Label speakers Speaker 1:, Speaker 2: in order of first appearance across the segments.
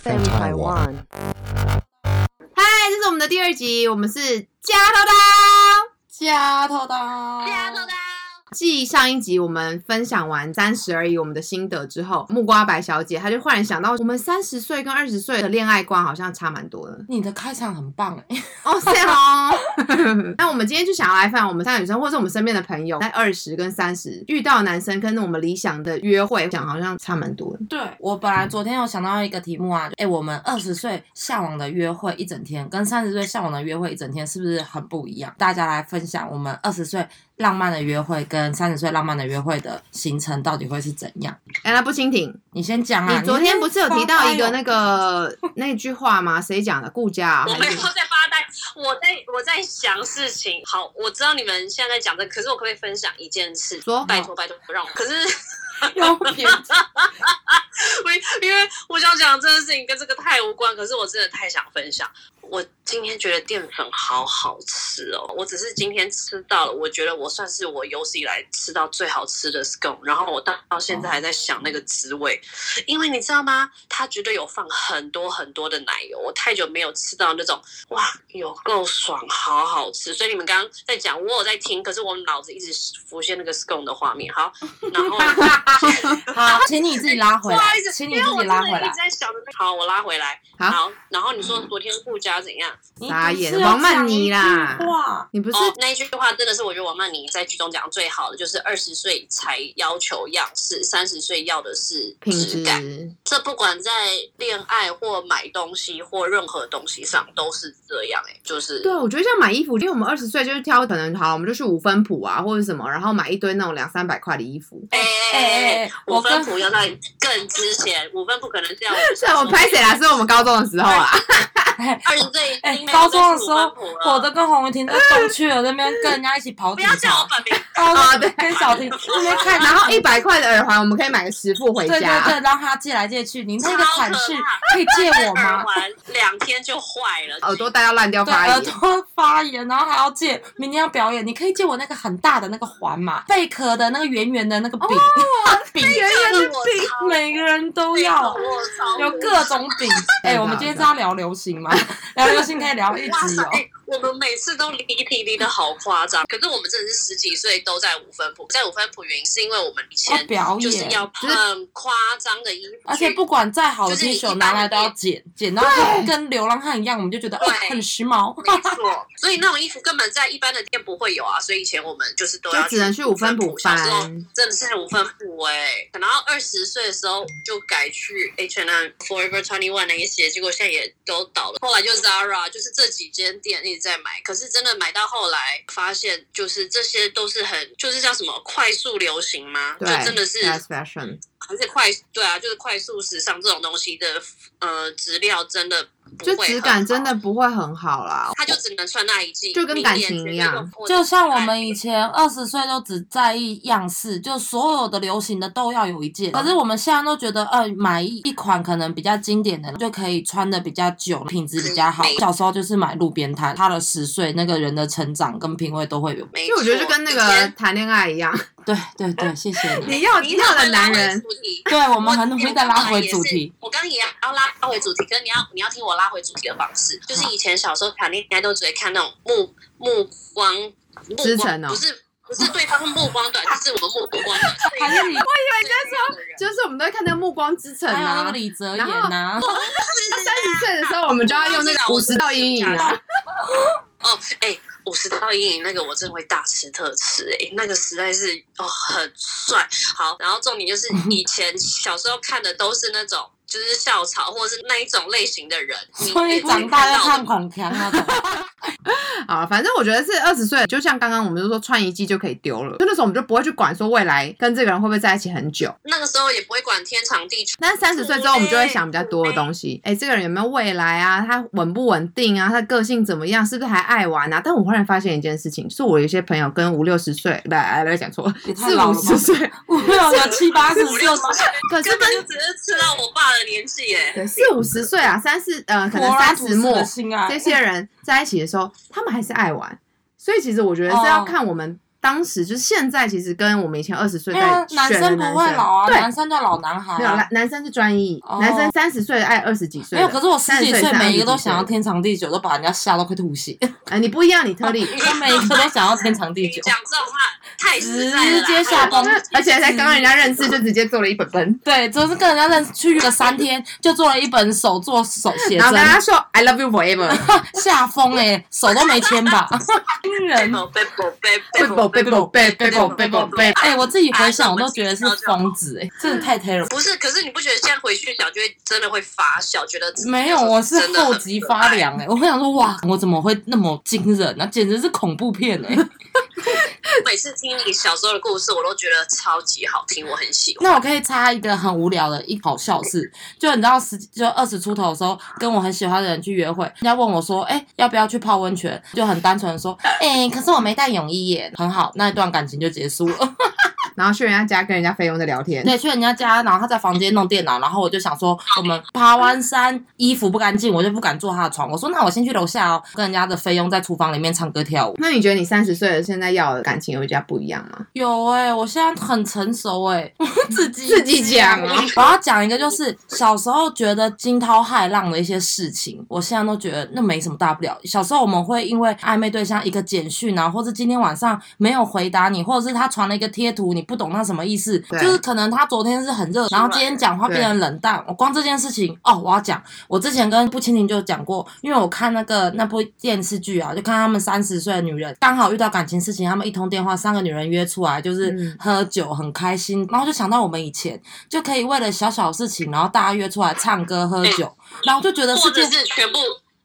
Speaker 1: FM Taiwan。
Speaker 2: 嗨，这是我们的第二集，我们是加刀刀。
Speaker 3: 加头刀，
Speaker 4: 加豆的。
Speaker 2: 继上一集我们分享完《三十而已》我们的心得之后，木瓜白小姐她就忽然想到，我们三十岁跟二十岁的恋爱观好像差蛮多的。
Speaker 3: 你的开场很棒哎、
Speaker 2: 哦，是哦。 那我们今天就想要来分享我们三个女生，或是我们身边的朋友，在二十跟三十遇到的男生跟我们理想的约会，想好像差蛮多的。
Speaker 3: 对我本来昨天有想到一个题目啊，哎、我们二十岁向往的约会一整天，跟三十岁向往的约会一整天是不是很不一样？大家来分享我们二十岁浪漫的约会跟三十岁浪漫的约会的行程到底会是怎样？
Speaker 2: 哎，那不蜻蜓，
Speaker 3: 你先讲啊！
Speaker 2: 你昨天不是有提到一个那
Speaker 3: 个？
Speaker 2: 个那句话吗？谁讲的？顾佳、啊、
Speaker 4: 我没
Speaker 2: 还
Speaker 4: 有
Speaker 2: 是？
Speaker 4: 在发呆，我在我在想事情。好，我知道你们现在在讲这个，可是我可不可以分享一件事？
Speaker 2: 说
Speaker 4: 拜托拜托，不让我。可是
Speaker 3: 又偏激
Speaker 4: 我因为我想讲这件事情跟这个太无关，可是我真的太想分享。我今天觉得淀粉好好吃哦，我只是今天吃到了，我觉得我算是我有史以来吃到最好吃的 scone，然后我到到现在还在想那个滋味，因为你知道吗？它绝对有放很多很多的奶油，我太久没有吃到那种哇，有够爽，好好吃。所以你们刚刚在讲，我有在听，可是我脑子一直浮现那个 scone 的画面。 好，然后。
Speaker 3: 好，请你自己拉回
Speaker 4: 不好
Speaker 3: 来
Speaker 4: 意思，，
Speaker 3: 请
Speaker 4: 因
Speaker 3: 你
Speaker 4: 为
Speaker 3: 自
Speaker 4: 我
Speaker 3: 己
Speaker 4: 真
Speaker 3: 拉
Speaker 4: 的
Speaker 3: 回
Speaker 4: 一
Speaker 3: 来
Speaker 4: 直。在想着那个好，我拉回来。
Speaker 2: 好
Speaker 4: 然后你说昨天顾家怎样？
Speaker 2: 傻眼
Speaker 3: 你不是有
Speaker 2: 王曼妮啦
Speaker 3: 讲一句话
Speaker 2: 你不是
Speaker 4: 哦，那一句话真的是我觉得王曼妮在剧中讲得最好的，就是二十岁才要求样式，三十岁要的是
Speaker 2: 品
Speaker 4: 质感。
Speaker 2: 质？
Speaker 4: 这不管在恋爱或买东西或任何东西上都是这样、欸，就是
Speaker 3: 啊
Speaker 2: 对，我觉得像买衣服，因为我们二十岁就是挑，可能好，我们就去五分谱啊，或者什么，然后买一堆那种两三百块的衣服。
Speaker 4: 哎
Speaker 3: 哎
Speaker 4: 哎
Speaker 3: 哎
Speaker 4: 哎，五
Speaker 3: 我跟
Speaker 4: 分谱要在更之前，五分谱可能是要
Speaker 2: 是啊，我拍谁啦？是我们高中的时候啊啦。
Speaker 3: 哎
Speaker 4: 二十岁已
Speaker 3: 哎
Speaker 4: 经，没有
Speaker 3: 高中的
Speaker 4: 在
Speaker 3: 时
Speaker 4: 吃五分
Speaker 3: 候
Speaker 4: 谱，了
Speaker 3: 我都跟洪文婷都动去了，那边跟人家一起跑
Speaker 4: 不
Speaker 3: 警
Speaker 4: 要叫
Speaker 3: 察
Speaker 4: 我。哦本名，
Speaker 3: 高
Speaker 2: 啊
Speaker 3: 中
Speaker 2: 对
Speaker 3: 跟小婷那边看，
Speaker 2: 然后一百块的耳环，我们可以买个十副回
Speaker 3: 对对对，
Speaker 2: 家。
Speaker 3: 让他借来借去。你那个
Speaker 4: 超
Speaker 3: 款
Speaker 4: 可
Speaker 3: 式
Speaker 4: 怕
Speaker 3: 可以 借我
Speaker 4: 耳
Speaker 3: 吗？
Speaker 4: 环两天就坏了，
Speaker 2: 耳朵戴到烂掉
Speaker 3: 对，
Speaker 2: 发
Speaker 3: 耳
Speaker 2: 炎。
Speaker 3: 朵发炎，然后还要借，明天要表演，你可以借我那个很大的那个环嘛，贝壳的那个圆圆的那个饼，
Speaker 4: 哦
Speaker 3: 饼
Speaker 4: 圆圆的饼
Speaker 3: 每个人都要。有各种饼，哎、我们今天是要聊流行 吗？聊流行可以聊一
Speaker 4: 哇
Speaker 3: 集
Speaker 4: 塞、
Speaker 3: 哦。
Speaker 4: 我们每次都离题离的好夸张，可是我们真的是十几岁都在五分谱，在五分谱原因是因为我们以
Speaker 3: 要
Speaker 4: 前
Speaker 3: 表
Speaker 4: 就是
Speaker 3: 演，
Speaker 4: 要很夸张的衣服去，
Speaker 3: 而且不管再好的
Speaker 4: 就是
Speaker 3: T
Speaker 4: 你
Speaker 3: 恤
Speaker 4: 一
Speaker 3: 拿
Speaker 4: 般
Speaker 3: 来都要
Speaker 4: 店
Speaker 3: 剪，剪到就跟流浪汉一样，我们就觉得、哦、
Speaker 4: 对
Speaker 3: 很时髦。
Speaker 4: 没错， 所以那种衣服根本在一般的店不会有啊，所以以前我们就是都要
Speaker 2: 就只能去五分
Speaker 4: 补
Speaker 2: 埔
Speaker 4: 小时候
Speaker 2: 翻
Speaker 4: 真的是五分补哎、然后二十岁的时候就改去 H&M、Forever Twenty One 那些，结果现在也都倒了。后来就 Zara，就是这几间店一直在买，可是真的买到后来发现，就是这些都是很就是叫什么快速流行吗？就
Speaker 2: 对，
Speaker 4: 真的是
Speaker 2: fast fashion。
Speaker 4: 还是快对啊，就是快速时尚这种东西的呃质料真的不
Speaker 2: 就
Speaker 4: 会
Speaker 2: 质
Speaker 4: 很
Speaker 2: 感真
Speaker 4: 好
Speaker 2: 的不会很好啦。
Speaker 4: 他就只能穿那一季，
Speaker 2: 就跟感情一样
Speaker 4: 明年绝对破
Speaker 3: 就像我
Speaker 4: 产
Speaker 3: 们以前二十岁都只在意样式，就所有的流行的都要有一件。可是我们现在都觉得，呃，买一一款可能比较经典的，就可以穿的比较久，品质比较好
Speaker 4: 嗯没。
Speaker 3: 小时候就是买路边摊，差了十岁，那个人的成长跟品味都会有。
Speaker 4: 没
Speaker 2: 就我觉得就
Speaker 4: 错
Speaker 2: 跟那
Speaker 4: 以
Speaker 2: 个
Speaker 4: 前
Speaker 2: 谈恋爱一样，
Speaker 3: 对对对，谢谢你。
Speaker 2: 你要
Speaker 4: 你
Speaker 2: 你要
Speaker 4: 怎么
Speaker 2: 的男
Speaker 4: 拉回
Speaker 2: 人，
Speaker 4: 主题。
Speaker 3: 对 我们很努力的拉回主题。
Speaker 4: 我刚刚也要拉回主题，可是你要你要听我拉回主题的方式，就是以前小时候谈恋爱都只会看那种目目光目
Speaker 2: 之
Speaker 4: 光，
Speaker 2: 城哦
Speaker 4: 不是不是对方目光短，就是我们目 光短。
Speaker 3: 还是你，
Speaker 4: 人家说
Speaker 2: 就是我们都会看那个《暮光之城》
Speaker 3: 还有哎那个
Speaker 2: 啊。
Speaker 3: 李泽言呐、啊，
Speaker 2: 三十岁的时候，我们就要用那个五十道阴影啊。
Speaker 4: 哦，哎、五十道阴影那个我真的会大吃特吃哎、那个实在是哦很帅。好，然后重点就是
Speaker 3: 嗯
Speaker 4: 以前小时候看的都是那种就是校草或者是那一种类型的人，你
Speaker 3: 所以
Speaker 4: 也不会
Speaker 3: 长大要
Speaker 4: 看到
Speaker 3: 看
Speaker 4: 的
Speaker 3: 孔锵那种。
Speaker 2: 啊，反正我觉得是二十岁，就像刚刚我们就说穿一季就可以丢了，就那时候我们就不会去管说未来跟这个人会不会在一起很久。
Speaker 4: 那个时候也不会管天长地久。
Speaker 2: 但三十岁之后，我们就会想比较多的东西。哎，这个人有没有未来啊？他稳不稳定啊？他的个性怎么样？是不是还爱玩啊？但我忽然发现一件事情，就是我有一些朋友跟五六十岁，不，哎，不要讲错了，
Speaker 3: 也太
Speaker 2: 四
Speaker 3: 老
Speaker 2: 五
Speaker 3: 了吧
Speaker 2: 十岁，
Speaker 3: 五六个七八十，六十，
Speaker 2: 可是
Speaker 4: 根本
Speaker 2: 跟
Speaker 4: 就只是吃到我爸的年纪耶，
Speaker 2: 四五十岁啊，三四呃，可能
Speaker 3: 柏拉
Speaker 2: 三
Speaker 3: 图
Speaker 2: 十
Speaker 3: 式
Speaker 2: 末
Speaker 3: 的性爱啊
Speaker 2: 这些人在一起的时候，他们还是爱玩。所以其实我觉得是要
Speaker 3: 哦
Speaker 2: 看我们当时就是现在，其实跟我们以前二十岁
Speaker 3: 对啊
Speaker 2: 在，
Speaker 3: 男
Speaker 2: 选的
Speaker 3: 不会老啊，
Speaker 2: 对，
Speaker 3: 男生就老男孩、
Speaker 2: 没有
Speaker 3: 啊
Speaker 2: 男。男生是专一，
Speaker 3: 哦
Speaker 2: 男生三十岁爱二十几岁
Speaker 3: 没
Speaker 2: 的，
Speaker 3: 有，可是我十几
Speaker 2: 30
Speaker 3: 岁
Speaker 2: 是
Speaker 3: 每一个都想要
Speaker 2: 20几岁
Speaker 3: 天长地 久，都把人家吓到快吐血。
Speaker 2: 的，哎，你不一样，你特例。
Speaker 3: 我每一个都想要天长地
Speaker 4: 你
Speaker 3: 久。
Speaker 4: 讲这种话太实在了啦，
Speaker 3: 直接下班
Speaker 2: 而且才刚跟人家认识就直接做了一本 本，
Speaker 3: 对，就是跟人家认识去了三天，就做了一本手做手写
Speaker 2: 然后
Speaker 3: 真
Speaker 2: 跟，他说 I love you forever，
Speaker 3: 吓疯哎，手都没牵 吧，惊人！
Speaker 4: 被被被
Speaker 2: 被宝被宝被被宝被宝被，
Speaker 3: 哎、我自己回想，我都觉得是疯子哎、真的太 terrible。
Speaker 4: 不是，可是你不觉得现在回去想，就会真的会发笑，觉得自己
Speaker 3: 没有，我是
Speaker 4: 真的很
Speaker 3: 后脊发凉哎、我会想说哇，我怎么会那么惊人呢、简直是恐怖片哎、
Speaker 4: 可爱。每次听你小时候的故事，我都觉得超级好听，我很喜欢。
Speaker 3: 那我可以插一个很无聊的一好笑事，就你知道十就二十出头的时候，跟我很喜欢的人去约会，人家问我说，哎、要不要去泡温泉？就很单纯地说，哎、可是我没带泳衣耶。很好，那一段感情就结束了。
Speaker 2: 然后去人家家跟人家菲佣在聊天，
Speaker 3: 对，去人家家，然后他在房间弄电脑，然后我就想说，我们爬完山，衣服不干净，我就不敢坐他的床。我说，那我先去楼下哦，跟人家的菲佣在厨房里面唱歌跳舞。
Speaker 2: 那你觉得你三十岁了，现在要的感情有比较不一样吗？
Speaker 3: 有哎、我现在很成熟哎、 我自己
Speaker 2: 自己讲啊
Speaker 3: 我要讲一个，就是小时候觉得惊涛骇浪的一些事情，我现在都觉得那没什么大不了。小时候我们会因为暧昧对象一个简讯啊，或者今天晚上没有回答你，或者是他传了一个贴图，你不懂那什么意思，就
Speaker 2: 对
Speaker 3: 是可能他昨天是很热，然后今天讲话变得冷淡。我光这件事情哦，我要讲，我之前跟不蜻蜓就讲过，因为我看那个那部电视剧啊，就看他们三十岁的女人刚好遇到感情事情，他们一通电话，三个女人约出来就是
Speaker 2: 嗯
Speaker 3: 喝酒，很开心，然后就想到我们以前就可以为了小小事情，然后大家约出来唱歌喝酒，然后就觉得
Speaker 4: 哎或
Speaker 3: 是
Speaker 4: 者
Speaker 3: 件。
Speaker 4: 是全部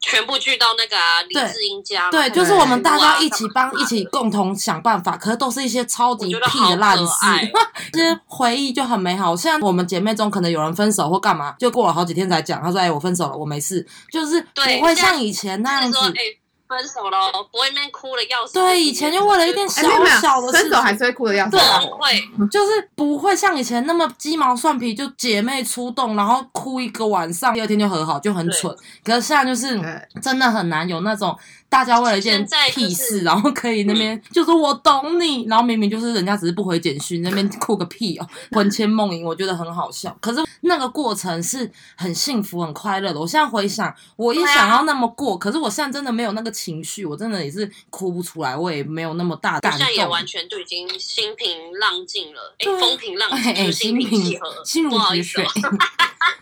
Speaker 4: 全部聚到那个啊李
Speaker 3: 对
Speaker 4: 志英家嘛，
Speaker 3: 对，
Speaker 4: 看
Speaker 3: 就是
Speaker 4: 看
Speaker 3: 我们大家
Speaker 4: 书啊
Speaker 3: 一起帮，一起共同想办法，可是都是一些超级
Speaker 4: 我觉得
Speaker 3: 屁
Speaker 4: 好
Speaker 3: 的烂
Speaker 4: 可
Speaker 3: 事
Speaker 4: 爱，
Speaker 3: 这些回忆就很美好。现在我们姐妹中可能有人分手或干嘛，就过了好几天才讲，她说：“哎，我分手了，我没事。”就是
Speaker 4: 对
Speaker 3: 不会像以前那
Speaker 4: 就
Speaker 3: 样
Speaker 4: 是说
Speaker 3: 子。
Speaker 4: 哎分手了，哦不会那边哭的要死。
Speaker 3: 对，以前就为了一件
Speaker 2: 哎，
Speaker 3: 小
Speaker 2: 没有没
Speaker 3: 小的
Speaker 2: 有，
Speaker 3: 事情，
Speaker 2: 分手还是会哭的要死
Speaker 4: 真
Speaker 3: 对
Speaker 2: 啊。
Speaker 3: 啊
Speaker 4: 的会，
Speaker 3: 就是不会像以前那么鸡毛蒜皮，就姐妹出动，然后哭一个晚上，第二天就和好，就很蠢。可是现在就是
Speaker 2: 对
Speaker 3: 真的很难有那种大家为了一件
Speaker 4: 现在就是
Speaker 3: 屁事，然后可以那 边就说我懂你，然后明明就是人家只是不回简讯，那边哭个屁 哦，魂牵梦萦，我觉得很好笑。可是那个过程是很幸福、很快乐的。我现在回想，我也
Speaker 4: 对啊
Speaker 3: 想要那么过，可是我现在真的没有那个情绪，我真的也是哭不出来，我也没有那么大的感
Speaker 4: 现在也
Speaker 3: 动。
Speaker 4: 完全就已经心平浪静了，哎，
Speaker 3: 对啊
Speaker 4: 风平浪
Speaker 3: 哎
Speaker 4: 静，就
Speaker 3: 哎，
Speaker 4: 是
Speaker 3: 心
Speaker 4: 心平气
Speaker 3: 平
Speaker 4: 和，
Speaker 3: 心
Speaker 4: 不
Speaker 3: 如
Speaker 4: 好
Speaker 3: 止
Speaker 4: 意思
Speaker 3: 水
Speaker 4: 哦。。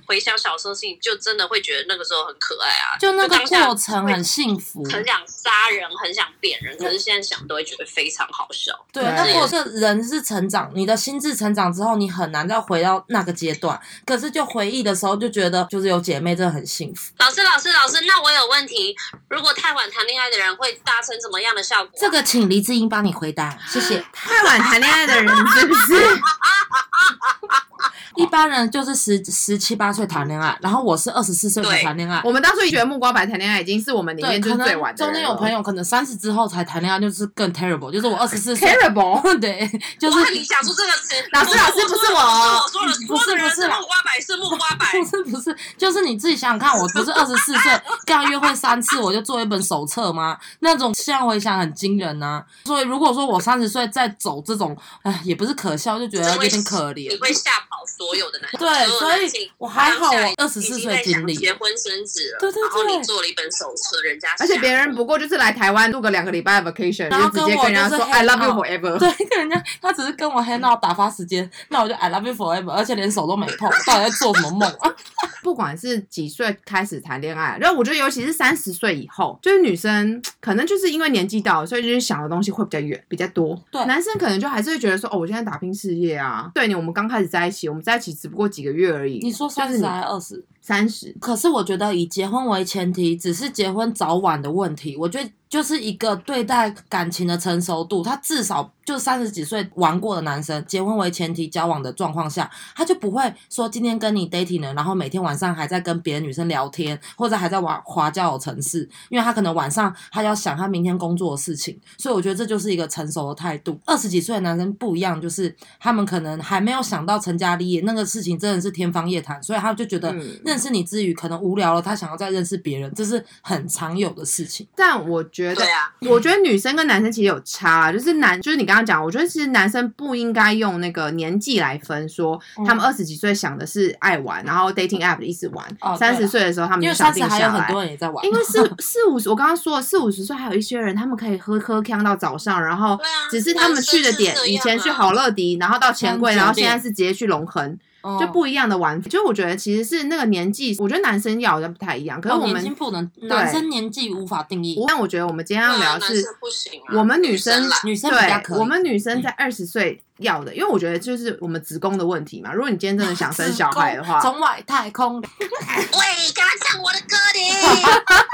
Speaker 4: 回想小时候的事情，就真的会觉得那个时候很可爱啊，
Speaker 3: 就 那个
Speaker 4: 当下
Speaker 3: 过程很幸福，
Speaker 4: 很想杀人，很想扁人，可是现在想都会觉得非常好笑。
Speaker 3: 对，
Speaker 2: 对
Speaker 3: 那如果是人是成长，你的心智成长之后，你很难再回到那个阶段。可是就回忆的时候，就觉得就是有姐妹真的很幸福。
Speaker 4: 老师，老师，老师，那我有问题，如果太晚谈恋爱的人会达成什么样的效果？啊
Speaker 3: 这个请黎智英帮你回 答，谢谢。
Speaker 2: 太晚谈恋爱的 人是不是？
Speaker 3: 一般人就是十十七八岁谈恋爱，然后我是二十四岁才
Speaker 4: 对
Speaker 3: 谈恋爱。
Speaker 2: 我们当初觉得木瓜白谈恋爱已经是我们里
Speaker 3: 对，
Speaker 2: 面就
Speaker 3: 可
Speaker 2: 是
Speaker 3: 能
Speaker 2: 最晚的
Speaker 3: 中
Speaker 2: 人了。
Speaker 3: 间有朋友可能三十之后才谈恋爱，就是更 terrible，就是我二十四 岁，
Speaker 2: terrible，
Speaker 3: 对，就
Speaker 4: 哇，
Speaker 3: 是
Speaker 4: 你讲出这个词，
Speaker 2: 老师
Speaker 4: 我
Speaker 2: 老师不是我哦
Speaker 4: 我说了，
Speaker 3: 不
Speaker 4: 说
Speaker 3: 是
Speaker 4: 的人
Speaker 3: 不是啦
Speaker 4: 木瓜白是木瓜白，
Speaker 3: 不是不是，就是你自己想想看，我不是二十四 岁刚约会三次，我就做一本手册吗？那种现在回想很惊人呐、所以如果说我三十岁再走这种，哎，也不是可笑，就觉得有点可
Speaker 4: 你
Speaker 3: 怜。
Speaker 4: 会吓跑所有的男
Speaker 3: 对，
Speaker 4: 有
Speaker 3: 所
Speaker 4: 男
Speaker 3: 以
Speaker 4: 性
Speaker 3: 我还好，
Speaker 4: 当下
Speaker 3: 我二十四
Speaker 4: 已经
Speaker 3: 岁
Speaker 4: 在
Speaker 3: 经
Speaker 4: 想
Speaker 3: 历。
Speaker 4: 结婚生子了，
Speaker 3: 对对
Speaker 4: 然后
Speaker 3: 对
Speaker 4: 你做了一本手册，人家
Speaker 2: 而且
Speaker 4: 吓
Speaker 2: 别人不过就是来台湾度个两个礼拜的 vacation，
Speaker 3: 然后
Speaker 2: 就直接跟人家说
Speaker 3: 跟我就是
Speaker 2: I love you
Speaker 3: hang out
Speaker 2: forever。
Speaker 3: 对，跟人家他只是跟我 hang out 打发时间，那我就 I love you forever，而且连手都没碰，到底在做什么梦啊？
Speaker 2: 不管是几岁开始谈恋爱，然后我觉得尤其是三十岁以后，就是女生可能就是因为年纪到了，所以就是想的东西会比较远、比较多。
Speaker 3: 对
Speaker 2: 男生可能就还是会觉得说，哦，我现在打拼事业啊。对你，我们刚开始在一起，我们在一起只不过几个月而已。
Speaker 3: 你说
Speaker 2: 就
Speaker 3: 三
Speaker 2: 是
Speaker 3: 十啊
Speaker 2: 你
Speaker 3: 还是二十？
Speaker 2: 三十，
Speaker 3: 可是我觉得以结婚为前提，只是结婚早晚的问题。我觉得就是一个对待感情的成熟度，他至少就三十几岁玩过的男生，结婚为前提交往的状况下，他就不会说今天跟你 dating 了，然后每天晚上还在跟别的女生聊天，或者还在玩滑交友城市，因为他可能晚上他要要想他明天工作的事情，所以我觉得这就是一个成熟的态度。二十几岁的男生不一样，就是他们可能还没有想到成家立业那个事情，真的是天方夜谭，所以他就觉得
Speaker 2: 嗯
Speaker 3: 认识你之余，可能无聊了，他想要再认识别人，这是很常有的事情。
Speaker 2: 但我觉得
Speaker 4: 对啊，
Speaker 2: 我觉得女生跟男生其实有差啦，就是男，就是你刚刚讲，我觉得其实男生不应该用那个年纪来分说，
Speaker 3: 嗯
Speaker 2: 他们二十几岁想的是爱玩，然后 dating app 一直玩
Speaker 3: 哦，对
Speaker 2: 三
Speaker 3: 啦
Speaker 2: 十岁的时候他们
Speaker 3: 因
Speaker 2: 就
Speaker 3: 为
Speaker 2: 想
Speaker 3: 三十
Speaker 2: 定
Speaker 3: 还有
Speaker 2: 下
Speaker 3: 很
Speaker 2: 来。
Speaker 3: 多人也在玩，
Speaker 2: 因为四四五十，我刚刚说了四五十岁，还有一些人，他们可以喝喝呛到早上，然后
Speaker 4: 对啊
Speaker 2: 只是他们去的点
Speaker 4: 男生是这样，啊
Speaker 2: 以前去好乐迪，然后到钱柜，
Speaker 3: 逛酒
Speaker 2: 然后现在
Speaker 3: 店
Speaker 2: 是直接去龙恒，
Speaker 3: 嗯
Speaker 2: 就不一样的玩法。就我觉得其实是那个年纪，我觉得男生要的不太一样，可是
Speaker 3: 哦
Speaker 2: 我
Speaker 3: 年
Speaker 2: 们
Speaker 3: 轻不能，男生年纪无法定义，
Speaker 2: 但我觉得我们今天要
Speaker 4: 对啊
Speaker 2: 聊的
Speaker 4: 男
Speaker 2: 是
Speaker 4: 生不行啊，
Speaker 2: 我们女
Speaker 4: 女
Speaker 2: 生
Speaker 4: 啦，
Speaker 3: 女生比较可
Speaker 2: 对，
Speaker 3: 以。
Speaker 2: 我们女
Speaker 4: 嗯
Speaker 2: 生在二十岁要的，因为我觉得就是我们子宫的问题嘛。如果你今天真的想生小孩的话，
Speaker 3: 从外太空。
Speaker 4: 喂，赶快唱我的 歌 嘞！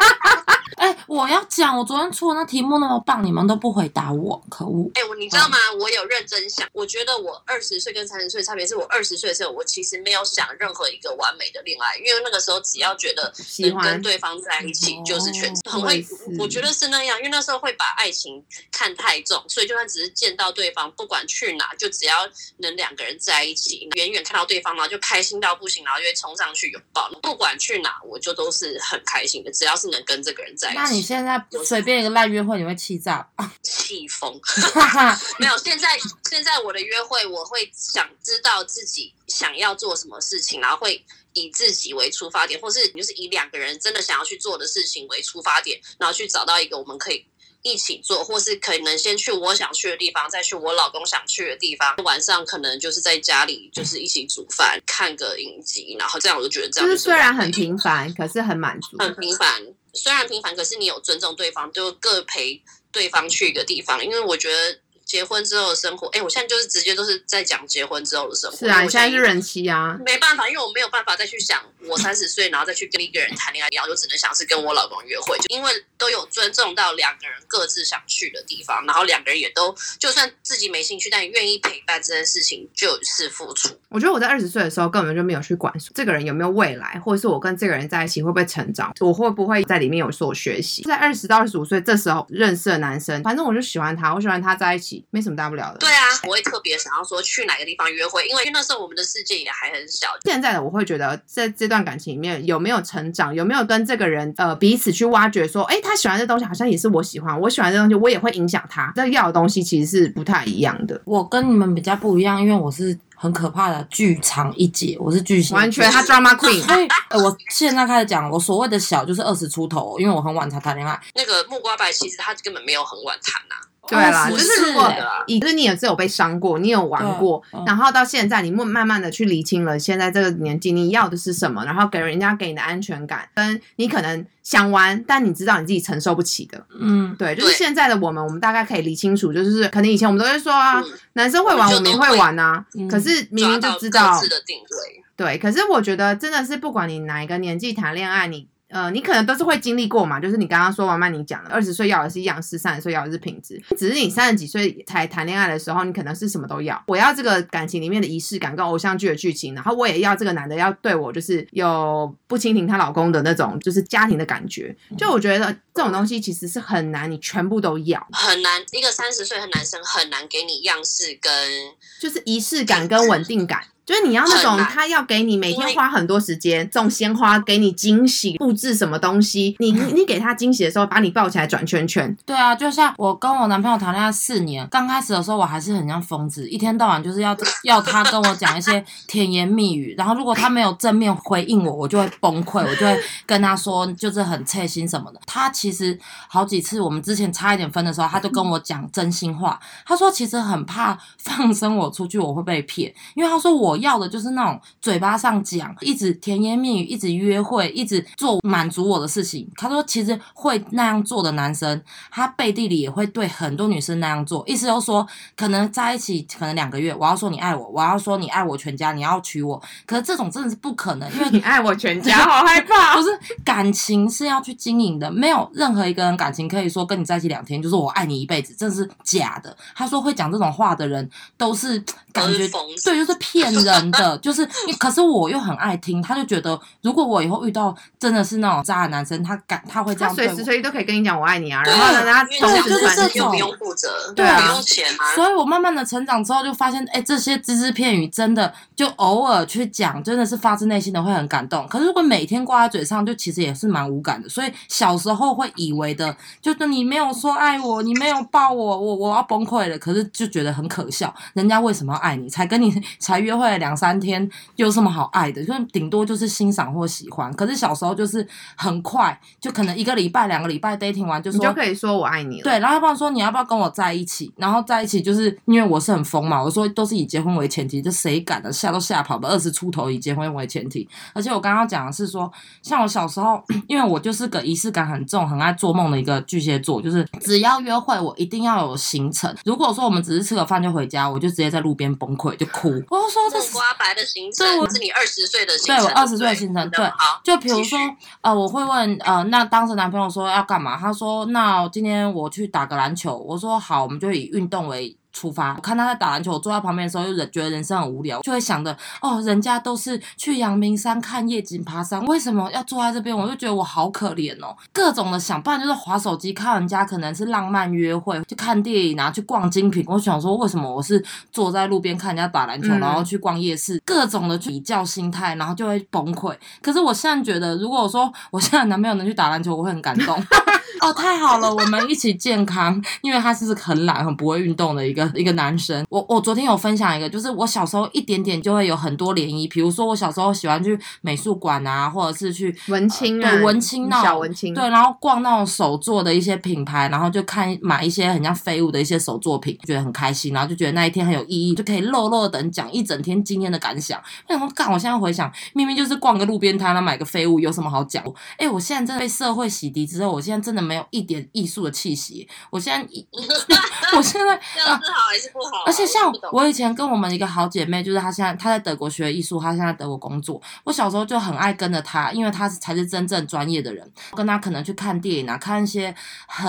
Speaker 3: 哎、我要讲，我昨天出的那题目那么棒，你们都不回答我，可恶！
Speaker 4: 哎、我你知
Speaker 3: 嗯
Speaker 4: 道吗？我有认真想，我觉得我二十岁跟三十岁差别是我二十岁的时候，我其实没有想任何一个完美的恋爱，因为那个时候只要觉得
Speaker 2: 喜
Speaker 4: 能
Speaker 2: 欢
Speaker 4: 跟对方在一起就是全
Speaker 3: 哦，
Speaker 4: 很会
Speaker 2: 我也是，
Speaker 4: 我觉得是那样，因为那时候会把爱情看太重，所以就算只是见到对方，不管去哪，就只要能两个人在一起，远远看到对方，然后就开心到不行，然后就会冲上去拥抱，不管去哪，我就都是很开心的，只要是能跟这个人在
Speaker 3: 那
Speaker 4: 一
Speaker 3: 你
Speaker 4: 起，
Speaker 3: 现在随便一个烂约会，你会 气炸？
Speaker 4: 气疯。
Speaker 3: 哈哈，
Speaker 4: 没有，现在现在我的约会，我会想知道自己想要做什么事情，然后会以自己为出发点，或是就是以两个人真的想要去做的事情为出发点，然后去找到一个我们可以一起做，或是可能先去我想去的地方，再去我老公想去的地方。晚上可能就是在家里，就是一起煮饭，看个影集，然后这样我就觉得这
Speaker 2: 就
Speaker 4: 样
Speaker 2: 是虽然很
Speaker 4: 平
Speaker 2: 平凡，可是很满足。
Speaker 4: 很平凡，虽然平凡，可是你有尊重对方，就各陪对方去一个地方。因为我觉得结婚之后的生活，哎，我现在就是直接都是在讲结婚之后的生活。
Speaker 2: 是啊，
Speaker 4: 因为
Speaker 2: 你
Speaker 4: 我
Speaker 2: 现在是
Speaker 4: 在
Speaker 2: 人妻啊，
Speaker 4: 没办法，因为我没有办法再去想我三十岁，然后再去跟一个人谈恋爱，然后就只能想是跟我老公约会，就因为都有尊重到两个人各自想去的地方，然后两个人也都就算自己没兴趣，但愿意陪伴这件事情就是付出。
Speaker 2: 我觉得我在二十岁的时候根本就没有去管这个人有没有未来，或者是我跟这个人在一起会不会成长，我会不会在里面有所学习。在二十到二十五岁这时候认识的男生，反正我就喜欢他，我喜欢他在一起，没什么大不了的。
Speaker 4: 对啊，我会特别想要说去哪个地方约会，因为那时候我们的世界也还很小，
Speaker 2: 现在的我会觉得，在这段感情里面有没有成长，有没有跟这个人呃彼此去挖掘，说，哎、他喜欢这东西好像也是我喜欢，我喜欢这东西，我也会影响他。这要的东西其实是不太一样的，
Speaker 3: 我跟你们比较不一样，因为我是很可怕的剧场一姐，我是巨星，
Speaker 2: 完全他 drama
Speaker 3: 所
Speaker 2: queen。
Speaker 3: 以、呃我现在开始讲，我所谓的小就是二十出头，因为我很晚才谈恋爱。
Speaker 4: 那个木瓜白其实他根本没有很晚啊谈呐、
Speaker 2: 对啦，
Speaker 3: 哦
Speaker 2: 就
Speaker 3: 不
Speaker 2: 是如果
Speaker 3: 欸
Speaker 4: 啊，
Speaker 2: 以就是你也是有被伤过，你有玩过，
Speaker 3: 对嗯
Speaker 2: 然后到现在你慢慢慢的去厘清了现在这个年纪你要的是什么，然后给人家给你的安全感，跟你可能想玩，但你知道你自己承受不起的，
Speaker 3: 嗯，
Speaker 2: 对，就是
Speaker 4: 对
Speaker 2: 现在的我们，我们大概可以理清楚，就是可能以前我们都会说啊，
Speaker 4: 嗯
Speaker 2: 男生会玩，我
Speaker 4: 我
Speaker 2: 们
Speaker 4: 们
Speaker 2: 也
Speaker 4: 就
Speaker 2: 会玩啊。
Speaker 3: 嗯
Speaker 2: 可是明
Speaker 4: 抓
Speaker 2: 明就
Speaker 4: 到
Speaker 2: 知
Speaker 4: 各
Speaker 2: 道
Speaker 4: 自，的定位。
Speaker 2: 对。可是我觉得真的是，不管你哪一个年纪谈恋爱，你呃，你可能都是会经历过嘛。就是你刚刚说完曼妮讲的，二十岁要的是样式，三十岁要的是品质。只是你三十几岁才谈恋爱的时候，你可能是什么都要。我要这个感情里面的仪式感跟偶像剧的剧情，然后我也要这个男的要对我就是有不蜻蜓她老公的那种，就是家庭的感觉。就我觉得这种东西其实是很难，你全部都要。
Speaker 4: 很难，一个三十岁的男生很难给你样式跟
Speaker 2: 就是仪式感跟稳定感。就是你要那种
Speaker 4: 很难
Speaker 2: 他要给你每天花很多时间种鲜花，给你惊喜，布置什么东西，你 你你给他惊喜的时候，把你抱起来转圈圈，
Speaker 3: 对啊，就像我跟我男朋友谈恋爱四年，刚开始的时候我还是很像疯子，一天到晚就是要 要他跟我讲一些甜言蜜语，然后如果他没有正面回应我，我就会崩溃，我就会跟他说就是很切心什么的。他其实好几次我们之前差一点分的时候，他就跟我讲真心话，他说其实很怕放生我出去我会被骗，因为他说我要的就是那种嘴巴上讲，一直甜言蜜语，一直约会，一直做满足我的事情。他说其实会那样做的男生，他背地里也会对很多女生那样做，意思就是说，可能在一起可能两个月，我要说你爱我，我要说你爱我全家，你要娶我，可是这种真的是不可能，因为
Speaker 2: 你爱我全家，好害怕
Speaker 3: 不。是感情是要去经营的，没有任何一个人感情可以说跟你在一起两天就是我爱你一辈子，这是假的。他说会讲这种话的人都是感
Speaker 4: 都
Speaker 3: 觉
Speaker 4: 是疯子
Speaker 3: 对，就是骗人人的， 就是你。可是我又很爱听，他就觉得如果我以后遇到真的是那种渣的男生，他敢他会这
Speaker 2: 他
Speaker 3: 样对
Speaker 2: 随
Speaker 3: 我
Speaker 2: 时。随地都可以跟你讲我爱你啊，然后呢，他
Speaker 4: 因
Speaker 2: 同
Speaker 4: 为
Speaker 2: 时
Speaker 4: 你
Speaker 3: 就
Speaker 2: 传
Speaker 3: 是这
Speaker 4: 你又
Speaker 3: 种
Speaker 4: 不用负责，
Speaker 3: 对
Speaker 2: 啊
Speaker 4: 不用钱啊，
Speaker 3: 所以我慢慢的成长之后，就发现，哎，这些只字片语真的就偶尔去讲，真的是发自内心的会很感动。可是如果每天挂在嘴上，就其实也是蛮无感的。所以小时候会以为的，就是你没有说爱我，你没有抱我，我我要崩溃了。可是就觉得很可笑，人家为什么要爱你？才跟你才约会了两三天，有什么好爱的？就是顶多就是欣赏或喜欢。可是小时候就是很快，就可能一个礼拜、两个礼拜 dating 完就
Speaker 2: 你
Speaker 3: 说
Speaker 2: 就可以说我爱你了。
Speaker 3: 对，然后他爸说你要不要跟我在一起？然后在一起就是因为我是很疯嘛，我说都是以结婚为前提，这谁敢的？吓都吓跑吧，二十出头以结婚为前提。而且我刚刚讲的是说，像我小时候，因为我就是个仪式感很重、很爱做梦的一个巨蟹座，就是只要约会，我一定要有行程。如果说我们只是吃个饭就回家，我就直接在路边崩溃就哭。我就说这
Speaker 4: 木
Speaker 3: 是
Speaker 4: 瓜白的行
Speaker 3: 对
Speaker 4: 程
Speaker 3: 我
Speaker 4: 是你二十岁的行
Speaker 3: 对
Speaker 4: 程，
Speaker 3: 我
Speaker 4: 不
Speaker 3: 20岁的行程
Speaker 4: 真的
Speaker 3: 对
Speaker 4: 好，
Speaker 3: 就比如说
Speaker 4: 继续，
Speaker 3: 呃，我会问，呃，那当时男朋友说要干嘛？他说，那今天我去打个篮球。我说好，我们就以运动为出发。我看他在打篮球，我坐在旁边的时候，又忍觉得人生很无聊，就会想着，哦，人家都是去阳明山看夜景、爬山，为什么要坐在这边？我就觉得我好可怜哦，各种的想，不然就是划手机看人家可能是浪漫约会，去看电影啊，去逛精品。我想说，为什么我是坐在路边看人家打篮球，
Speaker 2: 嗯
Speaker 3: 然后去逛夜市，各种的去比较心态，然后就会崩溃。可是我现在觉得，如果我说我现在男朋友能去打篮球，我会很感动。 哦，太好了，我们一起健康，因为他是很懒、很不会运动的一个一个男生。我我昨天有分享一个，就是我小时候一点点就会有很多涟漪，比如说我小时候喜欢去美术馆啊，或者是去
Speaker 2: 文青啊
Speaker 3: 对文青那种
Speaker 2: 小文青
Speaker 3: 对，然后逛那种手作的一些品牌，然后就看买一些很像废物的一些手作品，觉得很开心，然后就觉得那一天很有意义，就可以漏漏等讲一整天今天的感想。我想说，干，我现在回想，明明就是逛个路边摊，然后买个废物，有什么好讲？哎、我现在真的被社会洗涤之后，我现在真的没有一点艺术的气息。我现在一， 我现在
Speaker 4: 这样是好还是不好啊？
Speaker 3: 而且像
Speaker 4: 我不懂
Speaker 3: 我以前跟我们一个好姐妹，就是她现在她在德国学艺术，她现在在德国工作。我小时候就很爱跟着她，因为她才是真正专业的人。跟她可能去看电影啊，看一些很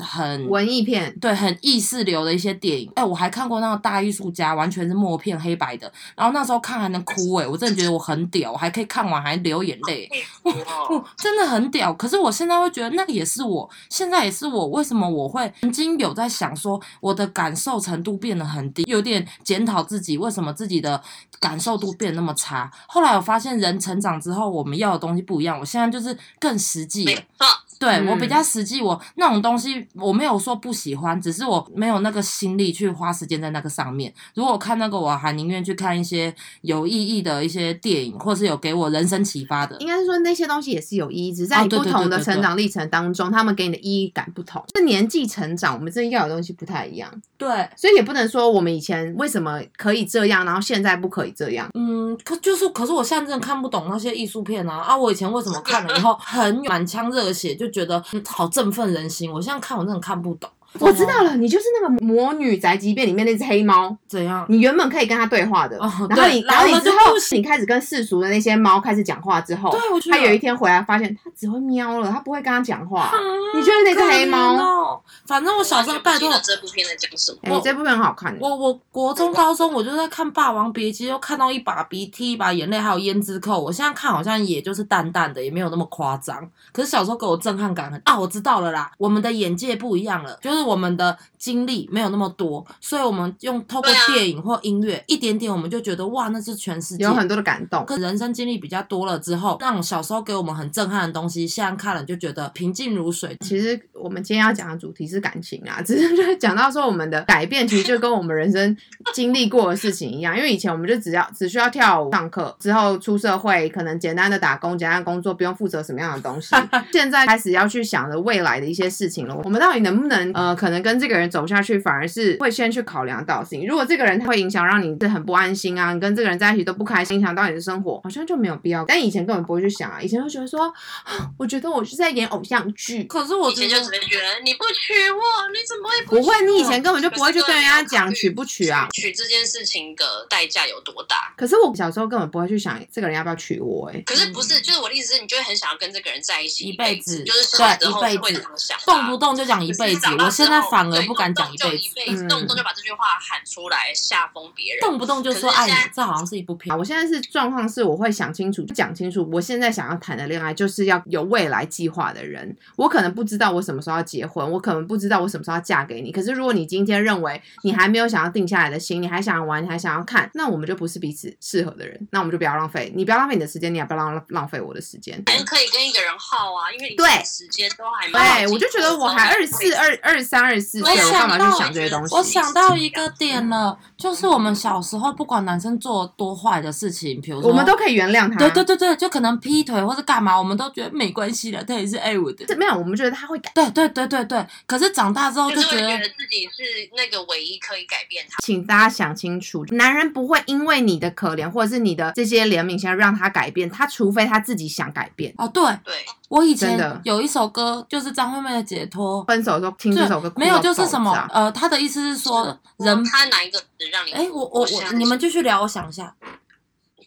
Speaker 3: 很
Speaker 2: 文艺片，
Speaker 3: 对很意识流的一些电影。哎、我还看过那个大艺术家，完全是默片黑白的。然后那时候看还能哭哎、我真的觉得我很屌，我还可以看完还流眼泪、
Speaker 4: 佩服哦
Speaker 3: 哦，真的很屌。可是我现在会觉得那个也是我，现在也是我。为什么我会曾经有在想说，我的感受程度变得很低，有点检讨自己，为什么自己的感受度变得那么差？后来我发现，人成长之后，我们要的东西不一样。我现在就是更实际
Speaker 4: 没
Speaker 3: 了，
Speaker 4: 错，
Speaker 3: 对、我
Speaker 2: 嗯
Speaker 3: 比较实际，我那种东西我没有说不喜欢，只是我没有那个心力去花时间在那个上面。如果我看那个，我还宁愿去看一些有意义的一些电影，或是有给我人生启发的。
Speaker 2: 应该是说那些东西也是有意义，只是在
Speaker 3: 哦
Speaker 2: 你
Speaker 3: 对
Speaker 2: 不
Speaker 3: 对对
Speaker 2: 同的
Speaker 3: 对
Speaker 2: 成
Speaker 3: 对
Speaker 2: 长历程当中，他们给你的意义感不同。这年纪成长，我们真的要的东西不太一样，
Speaker 3: 对，
Speaker 2: 所以也不能说我们以前为什么可以这样，然后现在不可以这样。
Speaker 3: 嗯，可就是，可是我现在真的看不懂那些艺术片啊！啊，我以前为什么看了 以后很满腔热血，就觉得、嗯好振奋人心。我现在看我真的看不懂。
Speaker 2: 我知道了，你就是那个魔女宅急便里面那只黑猫，
Speaker 3: 怎样？
Speaker 2: 你原本可以跟它对话的，
Speaker 3: 哦
Speaker 2: 然后
Speaker 3: 对
Speaker 2: 你
Speaker 3: 然
Speaker 2: 然后
Speaker 3: 后
Speaker 2: 你
Speaker 3: 它
Speaker 2: 之
Speaker 3: 就
Speaker 2: 后
Speaker 3: 不行
Speaker 2: 你开始跟世俗的那些猫开始讲话之后，
Speaker 3: 对，啊我觉得
Speaker 2: 它有一天回来发现它只会喵了，它不会跟它讲话。
Speaker 3: 啊
Speaker 2: 你觉得那只黑猫
Speaker 3: 可怜哦反正我小时候拜
Speaker 4: 完全
Speaker 3: 托
Speaker 4: 不记，得这部片在讲什么。
Speaker 2: 哎、
Speaker 3: 我
Speaker 2: 这部分很好看，
Speaker 3: 我我国中高中我就在看《霸王别姬》，又看到一把鼻涕、一把眼泪，还有胭脂扣。我现在看好像也就是淡淡的，也没有那么夸张。可是小时候给我震撼感很啊，我知道了啦，我们的眼界不一样了，就是我们的经历没有那么多，所以我们用透过
Speaker 4: 对啊
Speaker 3: 电影或音乐、一点点，我们就觉得哇，那是全世界。
Speaker 2: 有很多的感动。
Speaker 3: 可人生经历比较多了之后，那种小时候给我们很震撼的东西，现在看了就觉得平静如水。
Speaker 2: 其实我们今天要讲的主题是感情啊，只是就是讲到说我们的改变，其实就跟我们人生经历过的事情一样。因为以前我们就只要只需要跳舞、上课，之后出社会，可能简单的打工、简单的工作，不用负责什么样的东西。现在开始要去想着未来的一些事情了。我们到底能不能呃，可能跟这个人走下去，反而是会先去考量到的事情。如果这个人他会影响让你是很不安心啊，你跟这个人在一起都不开心，影响到你的生活，好像就没有必要。但以前根本不会去想啊，以前会觉得说， 啊我觉得我是在演偶像剧。
Speaker 3: 可是我
Speaker 4: 以前
Speaker 3: 觉
Speaker 4: 就
Speaker 3: 得
Speaker 4: 只会觉得你不娶我，你怎么会
Speaker 2: 不
Speaker 4: 娶
Speaker 2: 会，你以
Speaker 4: 我
Speaker 3: 哦
Speaker 2: 前根本就不会去跟人家讲娶不娶啊。
Speaker 4: 娶这件事情的代价有多大？
Speaker 2: 可是我小时候根本不会去想这个人要不要娶我、欸，
Speaker 4: 可是不是，就是我的意思是，你就会很想要跟这个人在一
Speaker 3: 嗯
Speaker 4: 起
Speaker 3: 一
Speaker 4: 辈
Speaker 3: 辈子
Speaker 4: 就是小
Speaker 3: 对
Speaker 4: 时候
Speaker 3: 一辈
Speaker 4: 会
Speaker 3: 子
Speaker 4: 这样想吧，啊
Speaker 3: 动不动就讲一辈子
Speaker 4: 可是长，大
Speaker 3: 我
Speaker 4: 之
Speaker 3: 现在反而
Speaker 4: 对
Speaker 3: 不敢
Speaker 4: 动
Speaker 3: 讲一
Speaker 4: 动就
Speaker 3: 辈
Speaker 4: 一
Speaker 3: 子
Speaker 4: 辈子，
Speaker 2: 嗯
Speaker 4: 动不动就把这句话喊出来吓疯别人。
Speaker 3: 动不动就说
Speaker 4: 可是
Speaker 3: 爱
Speaker 4: 现
Speaker 3: 你
Speaker 4: 在，
Speaker 3: 这好像是一部片
Speaker 2: 啊，。我现在是状况是，我会想清楚，讲清楚，我现在想要谈的恋爱就是要有未来计划的人。我可能不知道我什么时候要结婚，我可能不知道我什么时候要嫁给你。可是如果你今天认为你还没有想要定下来的心，你还想玩，你还想要看，那我们就不是彼此适合的人，那我们就不要浪费，你不要浪费你的时间，你也不要浪浪费我的时间。
Speaker 4: 还是可以跟一个人耗啊，因为你
Speaker 2: 对
Speaker 4: 时间都还没有
Speaker 3: 哎
Speaker 2: 对，
Speaker 4: 进
Speaker 2: 哎我就觉得我还二四、二二三、二四岁，
Speaker 3: 我
Speaker 2: 我干嘛去
Speaker 3: 想到
Speaker 2: 想这些东西？
Speaker 3: 我想到一个点了，就是我们小时候不管男生做多坏的事情，比如说
Speaker 2: 我们都可以原谅他。
Speaker 3: 对对对对，就可能劈腿或者干嘛，我们都觉得没关系的，他也是爱我的。
Speaker 2: 这没有，我们觉得他会改。
Speaker 3: 对对对对对，可是长大之后
Speaker 4: 就
Speaker 3: 就是
Speaker 4: 会
Speaker 3: 觉
Speaker 4: 觉
Speaker 3: 得
Speaker 4: 得自己是那个唯一可以改变他。
Speaker 2: 请大家想清楚，男人不会因为你的可怜或者是你的这些怜悯，想要让他改变，他除非他自己想改变。
Speaker 3: 哦，对
Speaker 4: 对，
Speaker 3: 我以
Speaker 2: 真
Speaker 3: 前
Speaker 2: 的
Speaker 3: 有一首歌就是张惠妹的《解脱》，
Speaker 2: 分手的时候听
Speaker 3: 对
Speaker 2: 这首歌，哭
Speaker 3: 没有
Speaker 2: 到
Speaker 3: 就是
Speaker 2: 爆
Speaker 3: 什么
Speaker 2: 炸
Speaker 3: 呃，她的意思是说人，
Speaker 4: 他哪一个词让你？
Speaker 3: 哎，我我我，
Speaker 4: 想
Speaker 3: 你们继续聊，我想一下，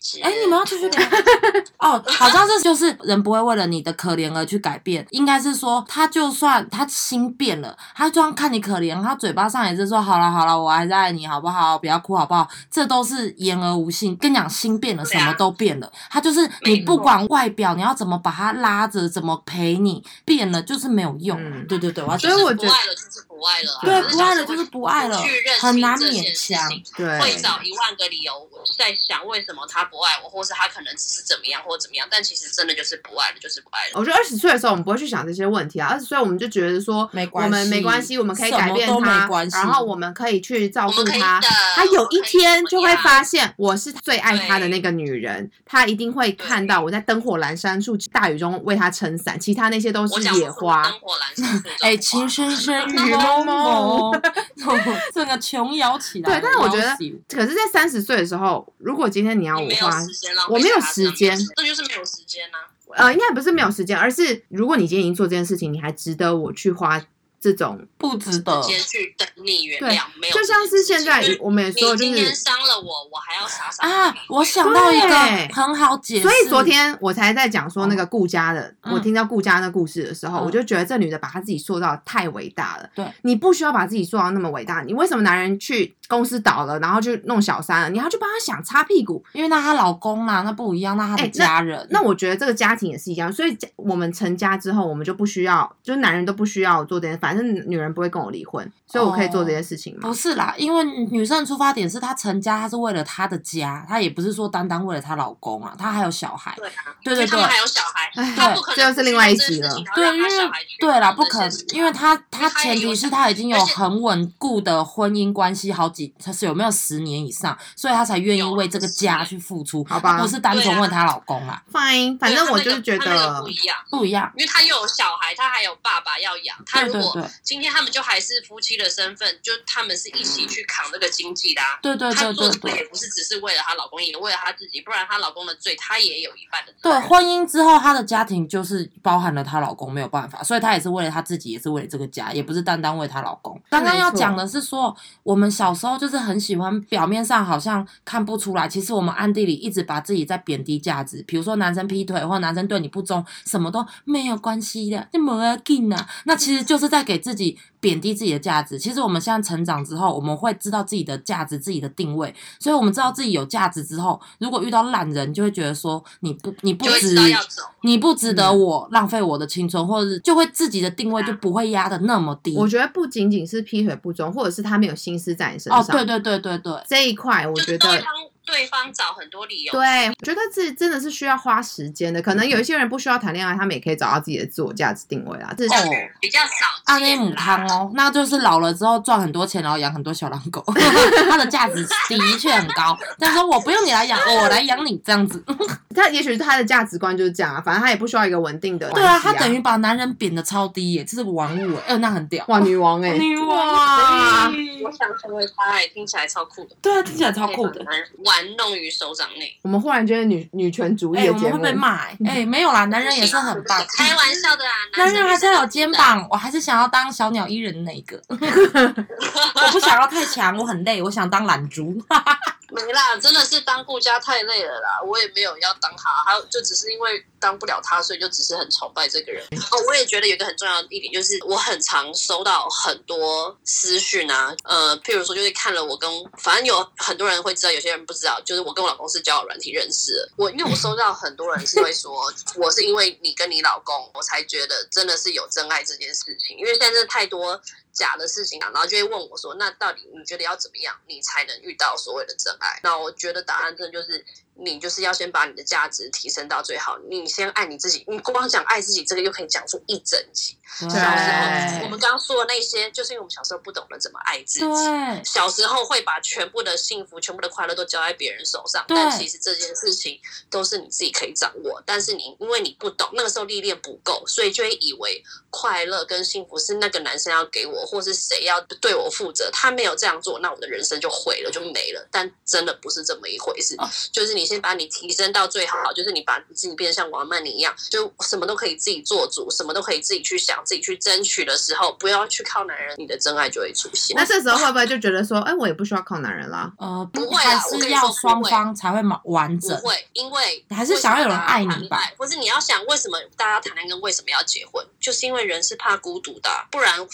Speaker 4: 起
Speaker 3: 哎，你们要继续聊哦，好像是就是人不会为了你的可怜而去改变，应该是说他就算他心变了，他就算看你可怜，他嘴巴上也是说好了好了，我还是爱你好不好？不要哭好不好？这都是言而无信。跟你讲，心变了，
Speaker 4: 对
Speaker 3: 什
Speaker 4: 啊
Speaker 3: 么都变了。他就是你不管外表，你要怎么把他拉着，怎么陪你，变了就是没有用。
Speaker 2: 嗯
Speaker 3: 对对对，我要
Speaker 2: 所以我觉
Speaker 4: 不
Speaker 2: 得
Speaker 4: 爱了就是不爱了啊，
Speaker 3: 对
Speaker 4: 可
Speaker 3: 不爱了
Speaker 4: 小时
Speaker 3: 就
Speaker 4: 候
Speaker 3: 是不爱了
Speaker 4: 不去认，清
Speaker 3: 很难
Speaker 4: 这件事
Speaker 3: 勉强。
Speaker 4: 情
Speaker 2: 对，
Speaker 4: 会找一万个理由在想为什么他不爱我，或是他可能只是怎么样或怎么样，但其实真的就是不爱了，就是不爱了。
Speaker 2: 我觉得二十岁的时候，我们不会去想这些问题啊。二十岁我们就觉得说，
Speaker 3: 没
Speaker 2: 我
Speaker 3: 关系
Speaker 2: 们没关系，我们可以改变
Speaker 3: 什么都
Speaker 2: 他
Speaker 3: 没关，系
Speaker 2: 然后我们可以去照
Speaker 4: 我
Speaker 2: 顾
Speaker 4: 们可以
Speaker 2: 他
Speaker 4: 等。
Speaker 2: 他有一天就会发，现我是最爱他的
Speaker 4: 对
Speaker 2: 那个女人，他一定会看到我在灯火阑珊处、大雨中为他撑伞，其他那些都
Speaker 4: 我
Speaker 2: 是
Speaker 4: 讲
Speaker 2: 野花。
Speaker 4: 灯火阑 珊处
Speaker 3: 哎，情深深雨
Speaker 2: 蒙
Speaker 3: 蒙
Speaker 2: 蒙
Speaker 3: 蒙， 整个琼瑶起来
Speaker 2: 对
Speaker 3: 了。
Speaker 2: 但是我觉得
Speaker 3: 摇起
Speaker 2: 可是，在三十岁的时候，如果今天你要
Speaker 4: 你
Speaker 2: 我
Speaker 4: 没有
Speaker 2: 花，
Speaker 4: 时间浪费
Speaker 2: 我没有
Speaker 4: 在他
Speaker 2: 时
Speaker 4: 上面
Speaker 2: 间，
Speaker 4: 这就是没有时间啊呐。
Speaker 2: 呃，应该不是没有时间，而是如果你今天已经做这件事情，你还值得我去花这种，
Speaker 3: 不值得
Speaker 4: 时。间去等你原
Speaker 2: 哦对
Speaker 4: 谅，没有
Speaker 2: 就
Speaker 4: 这件事情。
Speaker 2: 像是现在
Speaker 4: 就是
Speaker 2: 我们也说，
Speaker 4: 你
Speaker 2: 就
Speaker 4: 今
Speaker 2: 是
Speaker 4: 天，伤了我，我还要傻傻地
Speaker 3: 啊
Speaker 4: 陪你，
Speaker 3: 我想到一个
Speaker 2: 对
Speaker 3: 很好解释。
Speaker 2: 所以昨天我才在讲
Speaker 4: 哦
Speaker 2: 说那个顾家的，
Speaker 3: 嗯
Speaker 2: 我听到顾家那故事的时候，
Speaker 3: 嗯
Speaker 2: 我就觉得这女的把她自己塑造得太伟大了。
Speaker 3: 对，
Speaker 2: 你不需要把自己塑造那么伟大，你为什么男人去公司倒了，然后去弄小三了，你还要去帮他想擦屁股？
Speaker 3: 因为那她老公啦，那不一样，那她
Speaker 2: 哎
Speaker 3: 的
Speaker 2: 那
Speaker 3: 家人。
Speaker 2: 那我觉得这个家庭也是一样，所以家我们成家之后，我们就不需要，就是男人都不需要做这件，反正女人不会跟我离婚，所以我可以做
Speaker 3: 哦
Speaker 2: 这件事情嘛。
Speaker 3: 不是啦，因为女生的出发点是她成家，她是为了她的家，她也不是说单单为了她老公啊，她还有小孩。
Speaker 4: 对啊，
Speaker 3: 对对
Speaker 4: 他们还
Speaker 3: 对，
Speaker 4: 有小孩，
Speaker 2: 哎
Speaker 4: 他不可能
Speaker 2: 这又是另外一集了
Speaker 4: 去做这件事情然后
Speaker 3: 对，
Speaker 4: 让
Speaker 3: 因
Speaker 4: 他
Speaker 3: 为
Speaker 4: 小孩去
Speaker 3: 对啦，
Speaker 4: 做
Speaker 3: 不
Speaker 4: 这
Speaker 3: 可
Speaker 4: 件
Speaker 3: 能
Speaker 4: 事，情
Speaker 3: 因为她她
Speaker 4: 为她
Speaker 3: 前
Speaker 4: 也有
Speaker 3: 提是
Speaker 4: 小
Speaker 3: 她已经有
Speaker 4: 而且
Speaker 3: 很稳固的婚姻关系，好几她是有没有十年以上，所以她才愿意
Speaker 4: 有啊
Speaker 3: 为这个
Speaker 4: 十
Speaker 3: 家
Speaker 4: 年
Speaker 3: 去付出，
Speaker 2: 好吧
Speaker 3: 她不哦是啊单
Speaker 4: 对
Speaker 3: 纯
Speaker 4: 啊
Speaker 3: 为她老公啦，
Speaker 2: Fine，反正我就是觉
Speaker 4: 对他那个他那个
Speaker 2: 得
Speaker 4: 不，一样，
Speaker 3: 不一样。
Speaker 4: 因为他又有小孩，他还有爸爸要养。他
Speaker 3: 对
Speaker 4: 如
Speaker 3: 对
Speaker 4: 果
Speaker 3: 对
Speaker 4: 今天他们就还是夫妻的身份，就他们是一起去扛这个经济的、啊。
Speaker 3: 对对
Speaker 4: 她
Speaker 3: 对
Speaker 4: 做
Speaker 3: 对
Speaker 4: 这个
Speaker 3: 对
Speaker 4: 也。不是只是为了她老公，也为了她自己，不然她老公的罪她也有一半的
Speaker 3: 对，婚姻之后，她的家庭就是包含了她老公，没有办法，所以她也是为了她自己，也是为了这个家，也不是单单为她老公。刚刚要讲的是说，我们小时候就是很喜欢，表面上好像看不出来，其实我们暗地里一直把自己在贬低价值。比如说男生劈腿，或男生对你不忠，什么都没有关系的，就没要紧啊。那其实就是在给自己贬低自己的价值。其实我们现在成长之后，我们会知道自己的价值、自己的定位，所以我们知道自己有价值之后，如果遇到烂人，就会觉得说你不你不
Speaker 4: 就会
Speaker 3: 值
Speaker 4: 知道要走。
Speaker 3: 你不值得
Speaker 2: 嗯
Speaker 3: 我浪费我的青春，或者是就会自己的定位就不会压的那么低。
Speaker 2: 我觉得不仅仅是劈腿不忠，或者是他没有心思在你身上。
Speaker 3: 哦，对对对对对，
Speaker 2: 这一块我
Speaker 4: 就
Speaker 2: 觉
Speaker 4: 是都会
Speaker 2: 得。
Speaker 4: 帮对方找很多理由。
Speaker 2: 对，我觉得这真的是需要花时间的。可能有一些人不需要谈恋爱，他们也可以找到自己的自我价值定位啊。这
Speaker 3: 哦
Speaker 4: 比较少
Speaker 3: 阿内姆
Speaker 4: 见啦。
Speaker 3: 汤哦，那就是老了之后赚很多钱，然后养很多小 狼狗，它的价值的确很高。但是我不用你来养，我来养你这样子。
Speaker 2: 他也许是他的价值观就是这样啊，反正他也不需要一个稳定的关
Speaker 3: 对
Speaker 2: 系、
Speaker 3: 啊，他等于把男人贬的超低耶，这是玩物哎，哎那很屌。
Speaker 2: 哇女王哎、
Speaker 3: 女王啊
Speaker 2: 哇
Speaker 4: 我想成为他，哎，听起来超酷的，
Speaker 3: 对啊，听起来超酷的。
Speaker 4: 玩弄于手掌内。
Speaker 2: 我们忽然觉得女女权主义
Speaker 3: 哎、
Speaker 2: 的
Speaker 3: 我
Speaker 2: 节
Speaker 3: 们
Speaker 2: 目
Speaker 3: 会被骂哎、哎没有啦，男人也
Speaker 4: 啊
Speaker 3: 是很棒。
Speaker 4: 开玩笑的啊，
Speaker 3: 男人还是要有
Speaker 4: 女生
Speaker 3: 肩膀，我还是想要当小鸟 依人那一个。我不想要太强，我很累，我想当懒猪。
Speaker 4: 没啦，真的是当顾家太累了啦，我也没有要当他，还有就只是因为当不了他，所以就只是很崇拜这个人。哦，我也觉得有一个很重要的一点就是，我很常收到很多私讯啊，呃，譬如说就是看了我跟，反正有很多人会知道，有些人不知道，就是我跟我老公是交友软体认识的。我因为我收到很多人是会说，我是因为你跟你老公，我才觉得真的是有真爱这件事情，因为现在真的太多假的事情啊，然后就会问我说，那到底你觉得要怎么样，你才能遇到所谓的真爱？那我觉得答案真的就是，你就是要先把你的价值提升到最好，你先爱你自己，你光讲爱自己这个又可以讲出一整集。小时候我们刚刚说的那些，就是因为我们小时候不懂得怎么爱自己。
Speaker 3: 哎对，
Speaker 4: 小时候会把全部的幸福、全部的快乐都交在别人手上，
Speaker 3: 对
Speaker 4: 但其实这件事情都是你自己可以掌握。但是你因为你不懂，那个时候历练不够，所以就会以为快乐跟幸福是那个男生要给我，或是谁要对我负责。他没有这样做，那我的人生就毁了，就没了。但真的不是这么一回事，
Speaker 3: 哦
Speaker 4: 就是你先把你提升到最好，就是你把自己变得像王曼妮一样，就什么都可以自己做主，什么都可以自己去想、自己去争取的时候，不要去靠男人，你的真爱就会出现。
Speaker 2: 那这时候会不会就觉得说，哎，我也不需要靠男人啦？
Speaker 3: 呃，
Speaker 4: 不会
Speaker 3: 还
Speaker 4: 啦我
Speaker 3: 是
Speaker 4: 跟你
Speaker 3: 要
Speaker 4: 说不
Speaker 3: 双
Speaker 4: 会
Speaker 3: 方才会嘛完
Speaker 4: 不
Speaker 3: 整。
Speaker 4: 会，因为
Speaker 3: 你还是想要有人爱你吧
Speaker 4: 为什么大家谈恋爱或是你要想为什么大家谈恋爱跟为什么要结婚，就是因为人是怕孤独的啊、不然、就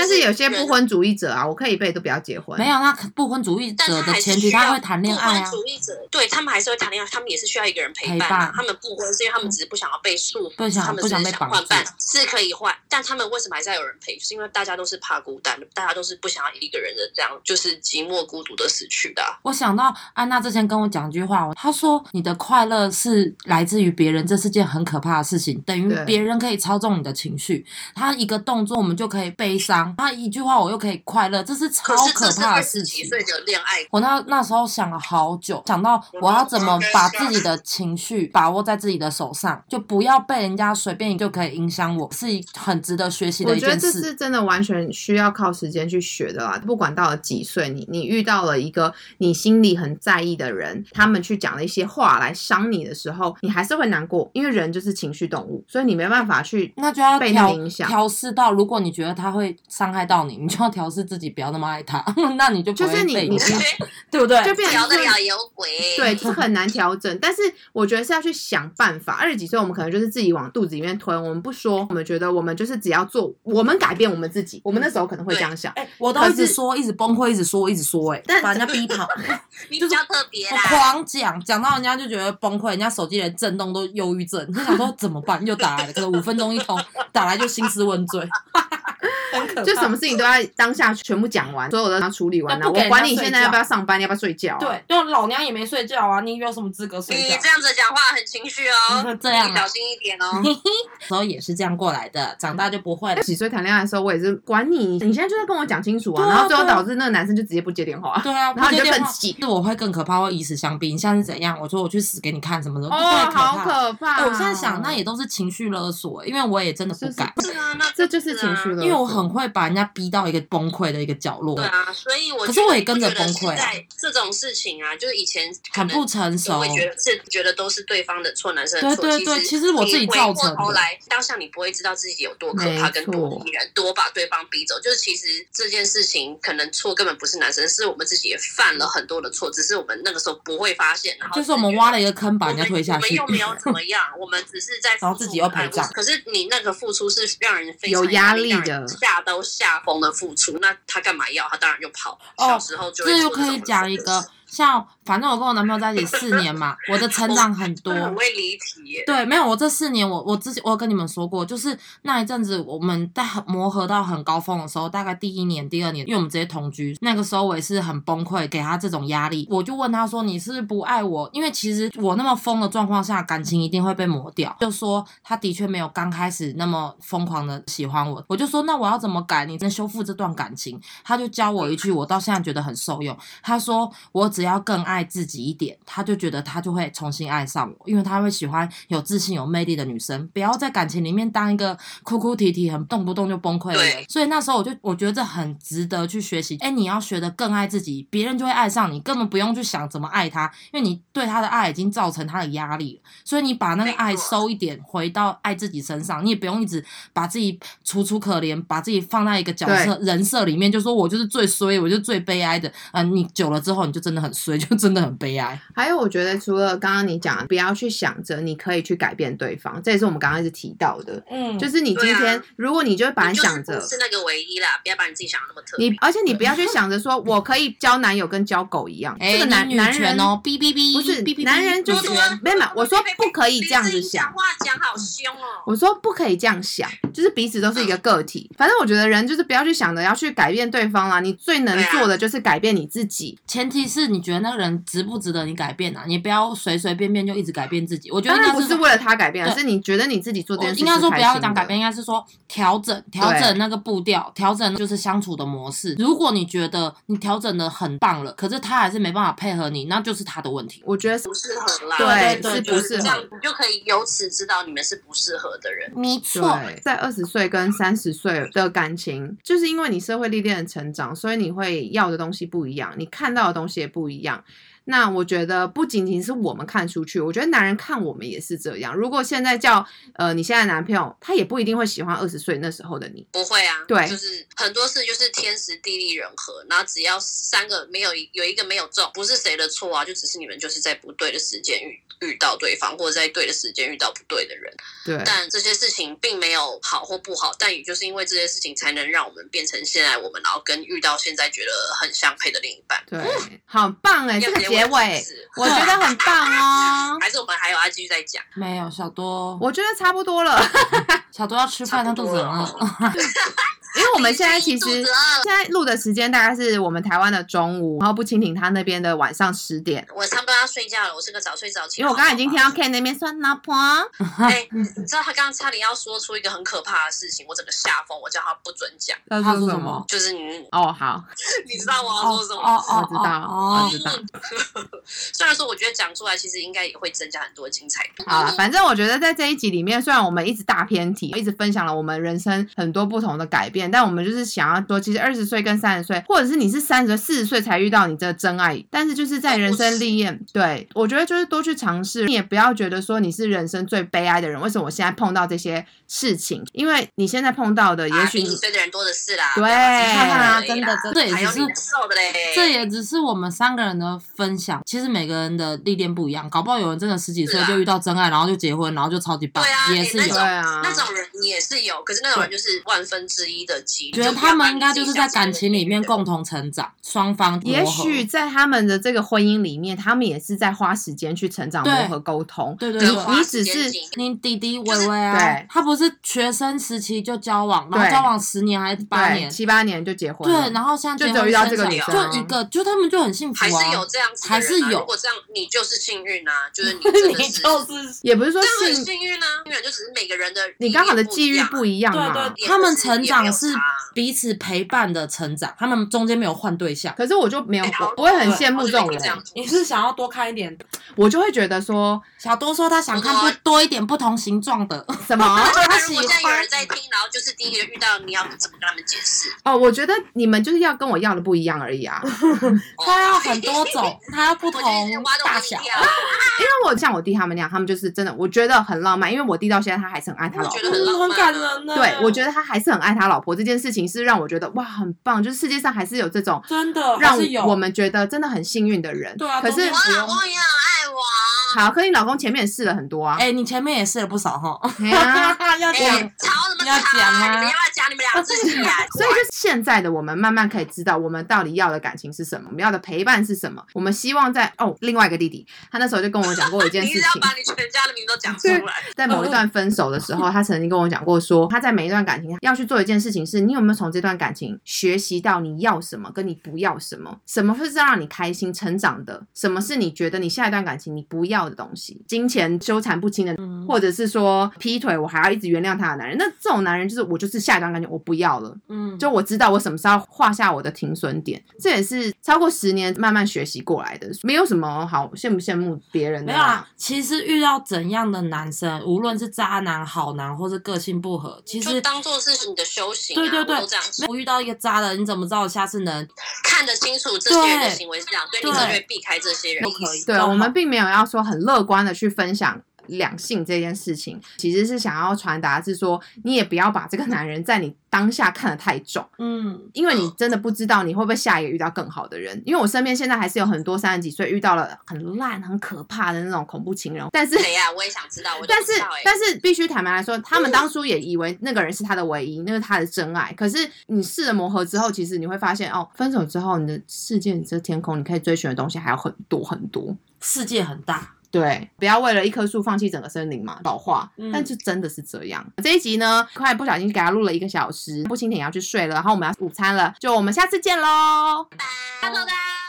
Speaker 2: 但是有些
Speaker 4: 人
Speaker 2: 不，婚主义者啊，我可以一辈子都不要结婚。
Speaker 3: 没有，那可不婚主义
Speaker 4: 但
Speaker 3: 者
Speaker 4: 他
Speaker 3: 的
Speaker 4: 还是
Speaker 3: 前提，
Speaker 4: 需要
Speaker 3: 他会谈恋爱
Speaker 4: 不
Speaker 3: 啊
Speaker 4: 婚。主义者对他们还是会谈恋爱，他们也是需要一个人陪伴、啊。
Speaker 3: 陪伴嗯
Speaker 4: 他们不婚是因为他们只是不想要被束缚，
Speaker 3: 不想
Speaker 4: 他们
Speaker 3: 不
Speaker 4: 只
Speaker 3: 想
Speaker 4: 是
Speaker 3: 被
Speaker 4: 想
Speaker 3: 绑
Speaker 4: 换
Speaker 3: 住
Speaker 4: 伴，是可以换，但他们为什么还是要有人陪？就是因为大家都是怕孤单的，大家都是不想要一个人的这样，就是寂寞孤独的死去的啊、
Speaker 3: 我想到安娜之前跟我讲一句话，她说你的快乐是来自于别人，这是件很可怕的事情，等于
Speaker 2: 对
Speaker 3: 别人可以操纵你的情绪，他一个动作我们就可以悲伤，他一句话我又可以快乐，这是超
Speaker 4: 是
Speaker 3: 可
Speaker 4: 这是
Speaker 3: 怕
Speaker 4: 二
Speaker 3: 的
Speaker 4: 十
Speaker 3: 事
Speaker 4: 几
Speaker 3: 情。
Speaker 4: 岁的恋爱
Speaker 3: 我那那时候想了好久，想到我要怎么把自己的情绪把握在自己的手上，就不要被人家随便就可以影响我，是很值得学习的
Speaker 2: 我
Speaker 3: 一
Speaker 2: 觉得
Speaker 3: 件
Speaker 2: 这
Speaker 3: 事。
Speaker 2: 是真的完全需要靠时间去学的啦。不管到了几岁，你你遇到了一个你心里很在意的人，他们去讲了一些话来伤你的时候，你还是会难过，因为人就是情绪动物，所以你没办法去
Speaker 3: 那就要
Speaker 2: 被那
Speaker 3: 调
Speaker 2: 个影响。
Speaker 3: 调试到，如果你觉得他会伤害到你，你就要调试自己，不要那么爱他， 那你就不
Speaker 2: 就
Speaker 3: 会
Speaker 2: 是你
Speaker 3: 被
Speaker 2: 你
Speaker 3: 影响，
Speaker 2: 你
Speaker 3: 对不对？
Speaker 2: 就变成
Speaker 4: 聊得
Speaker 2: 说
Speaker 4: 了有鬼，
Speaker 2: 对，就是很难调整。但是我觉得是要去想办法。二十几岁，我们可能就是自己往肚子里面吞，我们不说，我们觉得我们就是只要做，我们改变我们自己。我们那时候可能会这样想，
Speaker 3: 哎，我都
Speaker 2: 可
Speaker 3: 一直
Speaker 2: 是
Speaker 3: 说，一直崩溃，一直说，一直说，哎，
Speaker 2: 但
Speaker 3: 把人家逼 跑，
Speaker 4: 你比较特别
Speaker 3: 我
Speaker 4: 啦。
Speaker 3: 狂讲，讲到人家就觉得崩溃，人家手机连震动都忧郁症，就想说怎么办？又打来了，可能五分钟一通，打来就兴师问罪， 很可怕。
Speaker 2: 就什么事情都要当下全部讲完，所有的都要处理完
Speaker 3: 那
Speaker 2: 了。
Speaker 3: 不给
Speaker 2: 我管你
Speaker 3: 人家
Speaker 2: 现在要
Speaker 3: 睡觉
Speaker 2: 不要上班，要不要睡觉、啊？
Speaker 3: 对，，就老娘也没睡觉啊，你有什么资格睡
Speaker 4: 你
Speaker 3: 觉，
Speaker 4: 这？样子讲话很情绪哦
Speaker 3: 这样啊
Speaker 4: 你小心一点哦。
Speaker 3: 时候也是这样过来的，长大就不会了
Speaker 2: 二。十几岁谈恋爱的时候，我也是管你，你现在就在跟我讲清楚啊。
Speaker 3: 对啊
Speaker 2: 然后最后
Speaker 3: 对啊
Speaker 2: 导致那个男生就直接不接电话。
Speaker 3: 对啊，
Speaker 2: 然后你就
Speaker 3: 不接电
Speaker 2: 更
Speaker 3: 话
Speaker 2: 气
Speaker 3: 是我会更可怕，会以死相逼。你现在是怎样？我说我去死给你看什么的，
Speaker 2: 哦，
Speaker 3: 就会
Speaker 2: 好
Speaker 3: 怕。
Speaker 2: 可怕、哦
Speaker 3: 哎我现在想，那也都是情绪勒索、因为我也真的不
Speaker 2: 就是
Speaker 3: 敢，
Speaker 4: 哦是啊，那
Speaker 2: 这就是情绪
Speaker 4: 是啊
Speaker 2: 了，
Speaker 3: 因为我很会把人家逼到一个崩溃的一个角落，
Speaker 4: 对啊，所以
Speaker 3: 可
Speaker 4: 我觉得
Speaker 3: 是我也跟着崩溃啊
Speaker 4: 你不觉得是在这种事情啊，就是以前可
Speaker 3: 很
Speaker 4: 能
Speaker 3: 不成熟。
Speaker 4: 会觉得是觉得都是对方的错，男生的错。
Speaker 3: 对对对
Speaker 4: 其
Speaker 3: 其实我自己
Speaker 4: 你回
Speaker 3: 造成的
Speaker 4: 过头来，当下你不会知道自己有多可
Speaker 2: 没
Speaker 4: 怕，跟多
Speaker 2: 错
Speaker 4: 逼人，多把对方逼走。就是其实这件事情，可能错根本不是男生，是我们自己也犯了很多的错，只是我们那个时候不会发现。然后
Speaker 3: 就是我们挖
Speaker 4: 了。
Speaker 3: 了一个坑，把人家推下去。
Speaker 4: 我们我们又没有怎么样，我们只是在付出
Speaker 3: 然后自己又陪葬
Speaker 4: 可是你那个付出是让人非常
Speaker 2: 有压力
Speaker 4: 力
Speaker 2: 的
Speaker 4: 让人吓都吓疯的付出，那他干嘛要？他当然就跑。
Speaker 3: 哦
Speaker 4: 小时候就会
Speaker 3: 这
Speaker 4: 做
Speaker 3: 又
Speaker 4: 种
Speaker 3: 可以讲一个，像反正我跟我男朋友在一起四年嘛，我的成长很多
Speaker 4: 事，。很会离题耶。
Speaker 3: 对，没有，我这四年我我之前我有跟你们说过，就是那一阵子我们在很磨合到很高峰的时候，大概第一年、第二年，因为我们直接同居，那个时候我也是很崩溃，给他这种压力，我就问他说：“你是不是不爱我？”因为其实我那么疯的状况下，感情一定会被磨掉。就说他的确没有刚开始那么疯狂的喜欢我，我就说：“那我要怎么改？你能修复这段感情？”他就教我一句，我到现在觉得很受用。他说我只要更爱自己一点，他就觉得他就会重新爱上我，因为他会喜欢有自信、有魅力的女生，不要在感情里面当一个哭哭啼啼、很动不动就崩溃的人
Speaker 4: 对。
Speaker 3: 所以那时候我就我觉得这很值得去学习。哎，你要学的更爱自己，别人就会爱上你，根本不用去想怎么爱他，因为你对他的爱已经造成他的压力了。所以你把那个爱
Speaker 4: 没错
Speaker 3: 收一点，回到爱自己身上，你也不用一直把自己楚楚可怜，把自己呃放在一个角色人设里面，就说我就是最衰，我就是最悲哀的。嗯、你久了之后，你就真的很衰，就真的很悲哀。
Speaker 2: 还有，我觉得除了刚刚你讲，不要去想着你可以去改变对方，这也是我们刚刚一直提到的，
Speaker 3: 嗯
Speaker 2: 就是你今
Speaker 4: 对啊
Speaker 2: 天、如果你就把
Speaker 4: 你
Speaker 2: 你
Speaker 4: 就是
Speaker 2: 想着
Speaker 4: 不是那个唯一啦，不要把你自己想的那么特别。
Speaker 2: 你，而且你不 要去想着说我可以交男友跟交狗一样，
Speaker 3: 哎，
Speaker 2: 这个男
Speaker 3: 女
Speaker 2: 男
Speaker 3: 权
Speaker 2: 人
Speaker 3: 哦，哔哔哔，
Speaker 2: 不是
Speaker 3: 哔哔哔
Speaker 2: 男人就是
Speaker 3: 女
Speaker 4: 多
Speaker 3: 权
Speaker 4: 多
Speaker 2: 没有没有，我说不可以这样子
Speaker 4: 你讲
Speaker 2: 想。
Speaker 4: 话讲好凶哦。
Speaker 2: 我说不可以这样想，就是彼此都是一
Speaker 4: 嗯
Speaker 2: 个个体。反正我觉得人就是不要去想着要去改变对方啦，你最能
Speaker 4: 对啊
Speaker 2: 做的就是改变你自己。
Speaker 3: 前提是你觉得那个人值不值得你改变啊？你不要随随便便就一直改变自己。我觉得
Speaker 2: 当
Speaker 3: 应
Speaker 2: 然
Speaker 3: 该
Speaker 2: 不是
Speaker 3: 是
Speaker 2: 为了他改变，而
Speaker 3: 对
Speaker 2: 是你觉得你自己做这
Speaker 3: 我
Speaker 2: 件事
Speaker 3: 应该
Speaker 2: 是
Speaker 3: 说不
Speaker 2: 开
Speaker 3: 要
Speaker 2: 心
Speaker 3: 讲
Speaker 2: 的
Speaker 3: 改变，应该是说调整，调整那个步调，调整就是相处的模式。如果你觉得你调整的很棒了，可是他还是没办法配合你，那就是他的问题。
Speaker 2: 我觉得是
Speaker 4: 不适合啦，
Speaker 2: 对
Speaker 3: 对
Speaker 4: 我觉得
Speaker 3: 是不
Speaker 4: 就
Speaker 3: 适合
Speaker 4: 这样，你就可以由此知道你们是不适合的人。
Speaker 3: 没错，
Speaker 2: 对，在二十岁跟三十岁的感情，就是因为你社会历练的成长，所以你会要的东西不一样，你看到的东西也不一样。那我觉得不仅仅是我们看出去，我觉得男人看我们也是这样。如果现在叫呃你现在的男朋友，他也不一定会喜欢二十岁那时候的你。
Speaker 4: 不会啊，
Speaker 2: 对
Speaker 4: 就是很多事就是天时地利人和，然后只要三个没有一有一个没有中，不是谁的错啊，就只是你们就是在不对的时间遇遇到对方，或者在对的时间遇到不对的人。
Speaker 2: 对，
Speaker 4: 但这些事情并没有好或不好，但也就是因为这些事情，才能让我们变成现在我们，然后跟遇到现在觉得很相配的另一半。
Speaker 2: 对，好棒哎、
Speaker 4: 要
Speaker 2: 这个
Speaker 4: 结
Speaker 2: 结
Speaker 4: 尾
Speaker 2: 尾
Speaker 4: 是不
Speaker 2: 我
Speaker 4: 是
Speaker 2: 觉得很棒哦。
Speaker 4: 还是我们还有要继续再讲？
Speaker 3: 没有小多，
Speaker 2: 我觉得差不多了，
Speaker 3: 小多要吃饭，他肚子很
Speaker 2: 嗯
Speaker 3: 饿。
Speaker 2: 因为我们现在其
Speaker 4: 肚
Speaker 2: 实
Speaker 4: 子饿了
Speaker 2: 现在录的时间大概是我们台湾的中午，然后不蜻蜓他那边的晚上十点。
Speaker 4: 我差不多要睡觉了，我是个早睡早起。
Speaker 2: 因为我刚刚已经听到 Ken 那边说老婆，
Speaker 4: 哎、你你知道他刚刚差点要说出一个很可怕的事情，我整个吓疯，我叫他不准讲，
Speaker 2: 他
Speaker 3: 他说什么？？
Speaker 4: 就是你，
Speaker 2: 哦，好，
Speaker 4: 你知道我要
Speaker 3: 哦
Speaker 4: 说什么？
Speaker 3: 哦哦，
Speaker 2: 我知道
Speaker 3: 哦
Speaker 2: 我知道
Speaker 4: 虽然说我觉得讲出来，其实应该也会增加很多精彩。
Speaker 2: 好了，反正我觉得在这一集里面，虽然我们一直大偏题，一直分享了我们人生很多不同的改变，但我们就是想要说，其实二十岁跟三十岁，或者是你是三十岁、四十岁才遇到你这真爱，但
Speaker 3: 哦
Speaker 2: 是就是在人生历练，对我觉得就是多去尝试，你也不要觉得说你是人生最悲哀的人，为什么我现在碰到这些事情？因为你现在碰到的，也
Speaker 4: 啊
Speaker 2: 许
Speaker 4: 比
Speaker 2: 你
Speaker 4: 你追的人多的是啦，
Speaker 2: 对
Speaker 4: 不要把自己
Speaker 3: 看看啊，
Speaker 4: 而已
Speaker 3: 真
Speaker 4: 啦
Speaker 3: 的，真的，这也
Speaker 4: 还有
Speaker 3: 只
Speaker 4: 你
Speaker 3: 是
Speaker 4: 的瘦的嘞，
Speaker 3: 这也只是我们三个人的分享，其实每个人的历练不一样，搞不好有人真的十几岁
Speaker 4: 是啊
Speaker 3: 就遇到真爱，然后就结婚，然后就超级棒，
Speaker 4: 对啊
Speaker 3: 也是有
Speaker 4: 哎
Speaker 2: 对。啊，
Speaker 4: 那种人也是有，可是那种人就是万分之一的几率。
Speaker 3: 觉得
Speaker 4: 就不要
Speaker 3: 他
Speaker 4: 把
Speaker 3: 们
Speaker 4: 你
Speaker 3: 应该
Speaker 4: 自
Speaker 3: 就
Speaker 4: 己
Speaker 3: 是在
Speaker 4: 想成
Speaker 3: 感情里面
Speaker 4: 那个
Speaker 3: 共同成长，双方磨合
Speaker 2: 也许在他们的这个婚姻里面，他们也是在花时间去成长、
Speaker 3: 对
Speaker 2: 磨合、沟通。
Speaker 3: 对对
Speaker 2: 你
Speaker 4: 跟花
Speaker 3: 对，
Speaker 2: 你
Speaker 4: 时
Speaker 2: 只
Speaker 4: 间
Speaker 2: 是
Speaker 4: 紧
Speaker 3: 你弟弟微微
Speaker 2: 就
Speaker 3: 啊
Speaker 2: 是，
Speaker 3: 他不是学生时期就交往，然后
Speaker 2: 对
Speaker 3: 交往十年还是八
Speaker 2: 对
Speaker 3: 年，
Speaker 2: 七八年就结婚了，
Speaker 3: 对，然后现在
Speaker 2: 就
Speaker 3: 结
Speaker 2: 只有
Speaker 3: 婚
Speaker 2: 遇到这个
Speaker 3: 生
Speaker 2: 女
Speaker 3: 小
Speaker 2: 生啊
Speaker 3: 就一个，就他们就很幸福
Speaker 4: 还
Speaker 3: 啊，
Speaker 4: 是有这样子的人啊、
Speaker 3: 还是有
Speaker 4: 如果这样，你就是幸运啊，就是你真 的
Speaker 3: 你
Speaker 4: 是，
Speaker 3: 就是
Speaker 2: 也不是说
Speaker 4: 但很
Speaker 2: 是
Speaker 4: 幸运啊，幸运就只是每个人的
Speaker 2: 你刚好的际遇
Speaker 4: 不
Speaker 3: 啊
Speaker 2: 不
Speaker 4: 一样啊
Speaker 2: 一样嘛。
Speaker 3: 对对
Speaker 4: 也不是
Speaker 3: 他们成长是
Speaker 4: 也没有差
Speaker 3: 彼此陪伴的成长，他们中间没有换对象。
Speaker 2: 可是我就没有，
Speaker 4: 哎好
Speaker 2: 我我会很
Speaker 4: 对
Speaker 2: 羡慕
Speaker 4: 我
Speaker 2: 这
Speaker 4: 就
Speaker 2: 种
Speaker 4: 没这
Speaker 2: 人
Speaker 4: 样，
Speaker 3: 你是想要多看一点？
Speaker 2: 我就会觉得说
Speaker 3: 小多说他想看
Speaker 4: 我
Speaker 3: 不多一点不同形状的，
Speaker 2: 什么
Speaker 4: 啊。
Speaker 2: 他
Speaker 4: 那如
Speaker 2: 喜
Speaker 4: 果现在有
Speaker 2: 欢
Speaker 4: 人在听，然后就是第一个遇到，你要怎么跟他们解释？
Speaker 2: 哦，我觉得你们就是要跟我要的不一样而已 啊。
Speaker 3: 他要很多 种，他要不
Speaker 4: 我就一直
Speaker 3: 同
Speaker 4: 挖洞
Speaker 3: 大
Speaker 4: 给你
Speaker 3: 小。
Speaker 4: 跳，
Speaker 2: 因为我像我弟他们那样，他们就是真的，我觉得很浪漫。因为我弟到现在他还是很爱他
Speaker 4: 我
Speaker 2: 老婆
Speaker 4: 觉，得
Speaker 3: 嗯
Speaker 4: 很浪漫啊
Speaker 3: 呢
Speaker 2: 对我觉得他还是很爱他老婆这件事情是让我觉得哇很棒，就是世界上还是有这种
Speaker 3: 真的
Speaker 2: 让
Speaker 3: 还是有
Speaker 2: 我们觉得真的很幸运的人。
Speaker 3: 对啊
Speaker 2: 可是
Speaker 3: 都
Speaker 4: 我老公也很爱我。啊
Speaker 2: 好，可你老公前面也试了很多啊。
Speaker 3: 哎、你前面也试了不少哈。
Speaker 2: 哎呀
Speaker 3: 要
Speaker 4: 哎、
Speaker 3: 讲
Speaker 4: 吵什么吵？
Speaker 3: 要讲啊
Speaker 4: 你们要不要讲你们俩自己啊？
Speaker 2: 所以就是现在的我们慢慢可以知道我们到底要的感情是什么，我们要的陪伴是什么。我们希望在哦，另外一个弟弟，他那时候就跟我讲过一件
Speaker 4: 你
Speaker 2: 事
Speaker 4: 一定要
Speaker 2: 情，
Speaker 4: 把你全家的名都讲出来。
Speaker 2: 在某一段分手的时候，他曾经跟我讲过说，他在每一段感情要去做一件事情是，你有没有从这段感情学习到你要什么，跟你不要什么，什么会是让你开心成长的，什么是你觉得你下一段感情你不要的东西，金钱纠缠不清的
Speaker 3: 嗯
Speaker 2: 或者是说劈腿，我还要一直原谅他的男人，那这种男人就是我就是下一段感情我不要了，
Speaker 3: 嗯，
Speaker 2: 就我知道我什么时候要画下我的停损点，这也是超过十年慢慢学习过来的，没有什么好羡不羡慕别人的
Speaker 3: 没
Speaker 2: 啦。
Speaker 3: 有啊啦。其实遇到怎样的男生，无论是渣男、好男，或是个性不合，其
Speaker 4: 就
Speaker 3: 实
Speaker 4: 当做是你的修行、啊，
Speaker 3: 对对对
Speaker 4: 我都这样
Speaker 3: 没有遇到一个渣的，你怎么知道下次能？
Speaker 4: 看得清楚这些人的
Speaker 3: 对
Speaker 4: 行为是这样，所以
Speaker 3: 对
Speaker 4: 你就会避开这些人。
Speaker 3: 不可以
Speaker 2: 对
Speaker 3: 都好
Speaker 2: 我们并没有要说很乐观的去分享两性这件事情，其实是想要传达是说，你也不要把这个男人在你当下看得太重。
Speaker 3: 嗯，
Speaker 2: 因为你真的不知道你会不会下一个遇到更好的人，因为我身边现在还是有很多三十几岁遇到了很烂、很可怕的那种恐怖情人，但是
Speaker 4: 谁呀、我也想知道，我就
Speaker 2: 但
Speaker 4: 不
Speaker 2: 是
Speaker 4: 知道哎、
Speaker 2: 但是必须坦白来说，他们当初也以为那个人是他的唯一，那是他的真爱。可是你试了磨合之后，其实你会发现哦，分手之后你的世界、你的天空，你可以追寻的东西还有很多很多。
Speaker 3: 世界很大，
Speaker 2: 对，不要为了一棵树放弃整个森林嘛，老话
Speaker 3: 嗯。
Speaker 2: 但就真的是这样。这一集呢，快不小心给他录了一个小时，不清点也要去睡了，然后我们要午餐了，就我们下次见喽。
Speaker 4: 大家知道的啊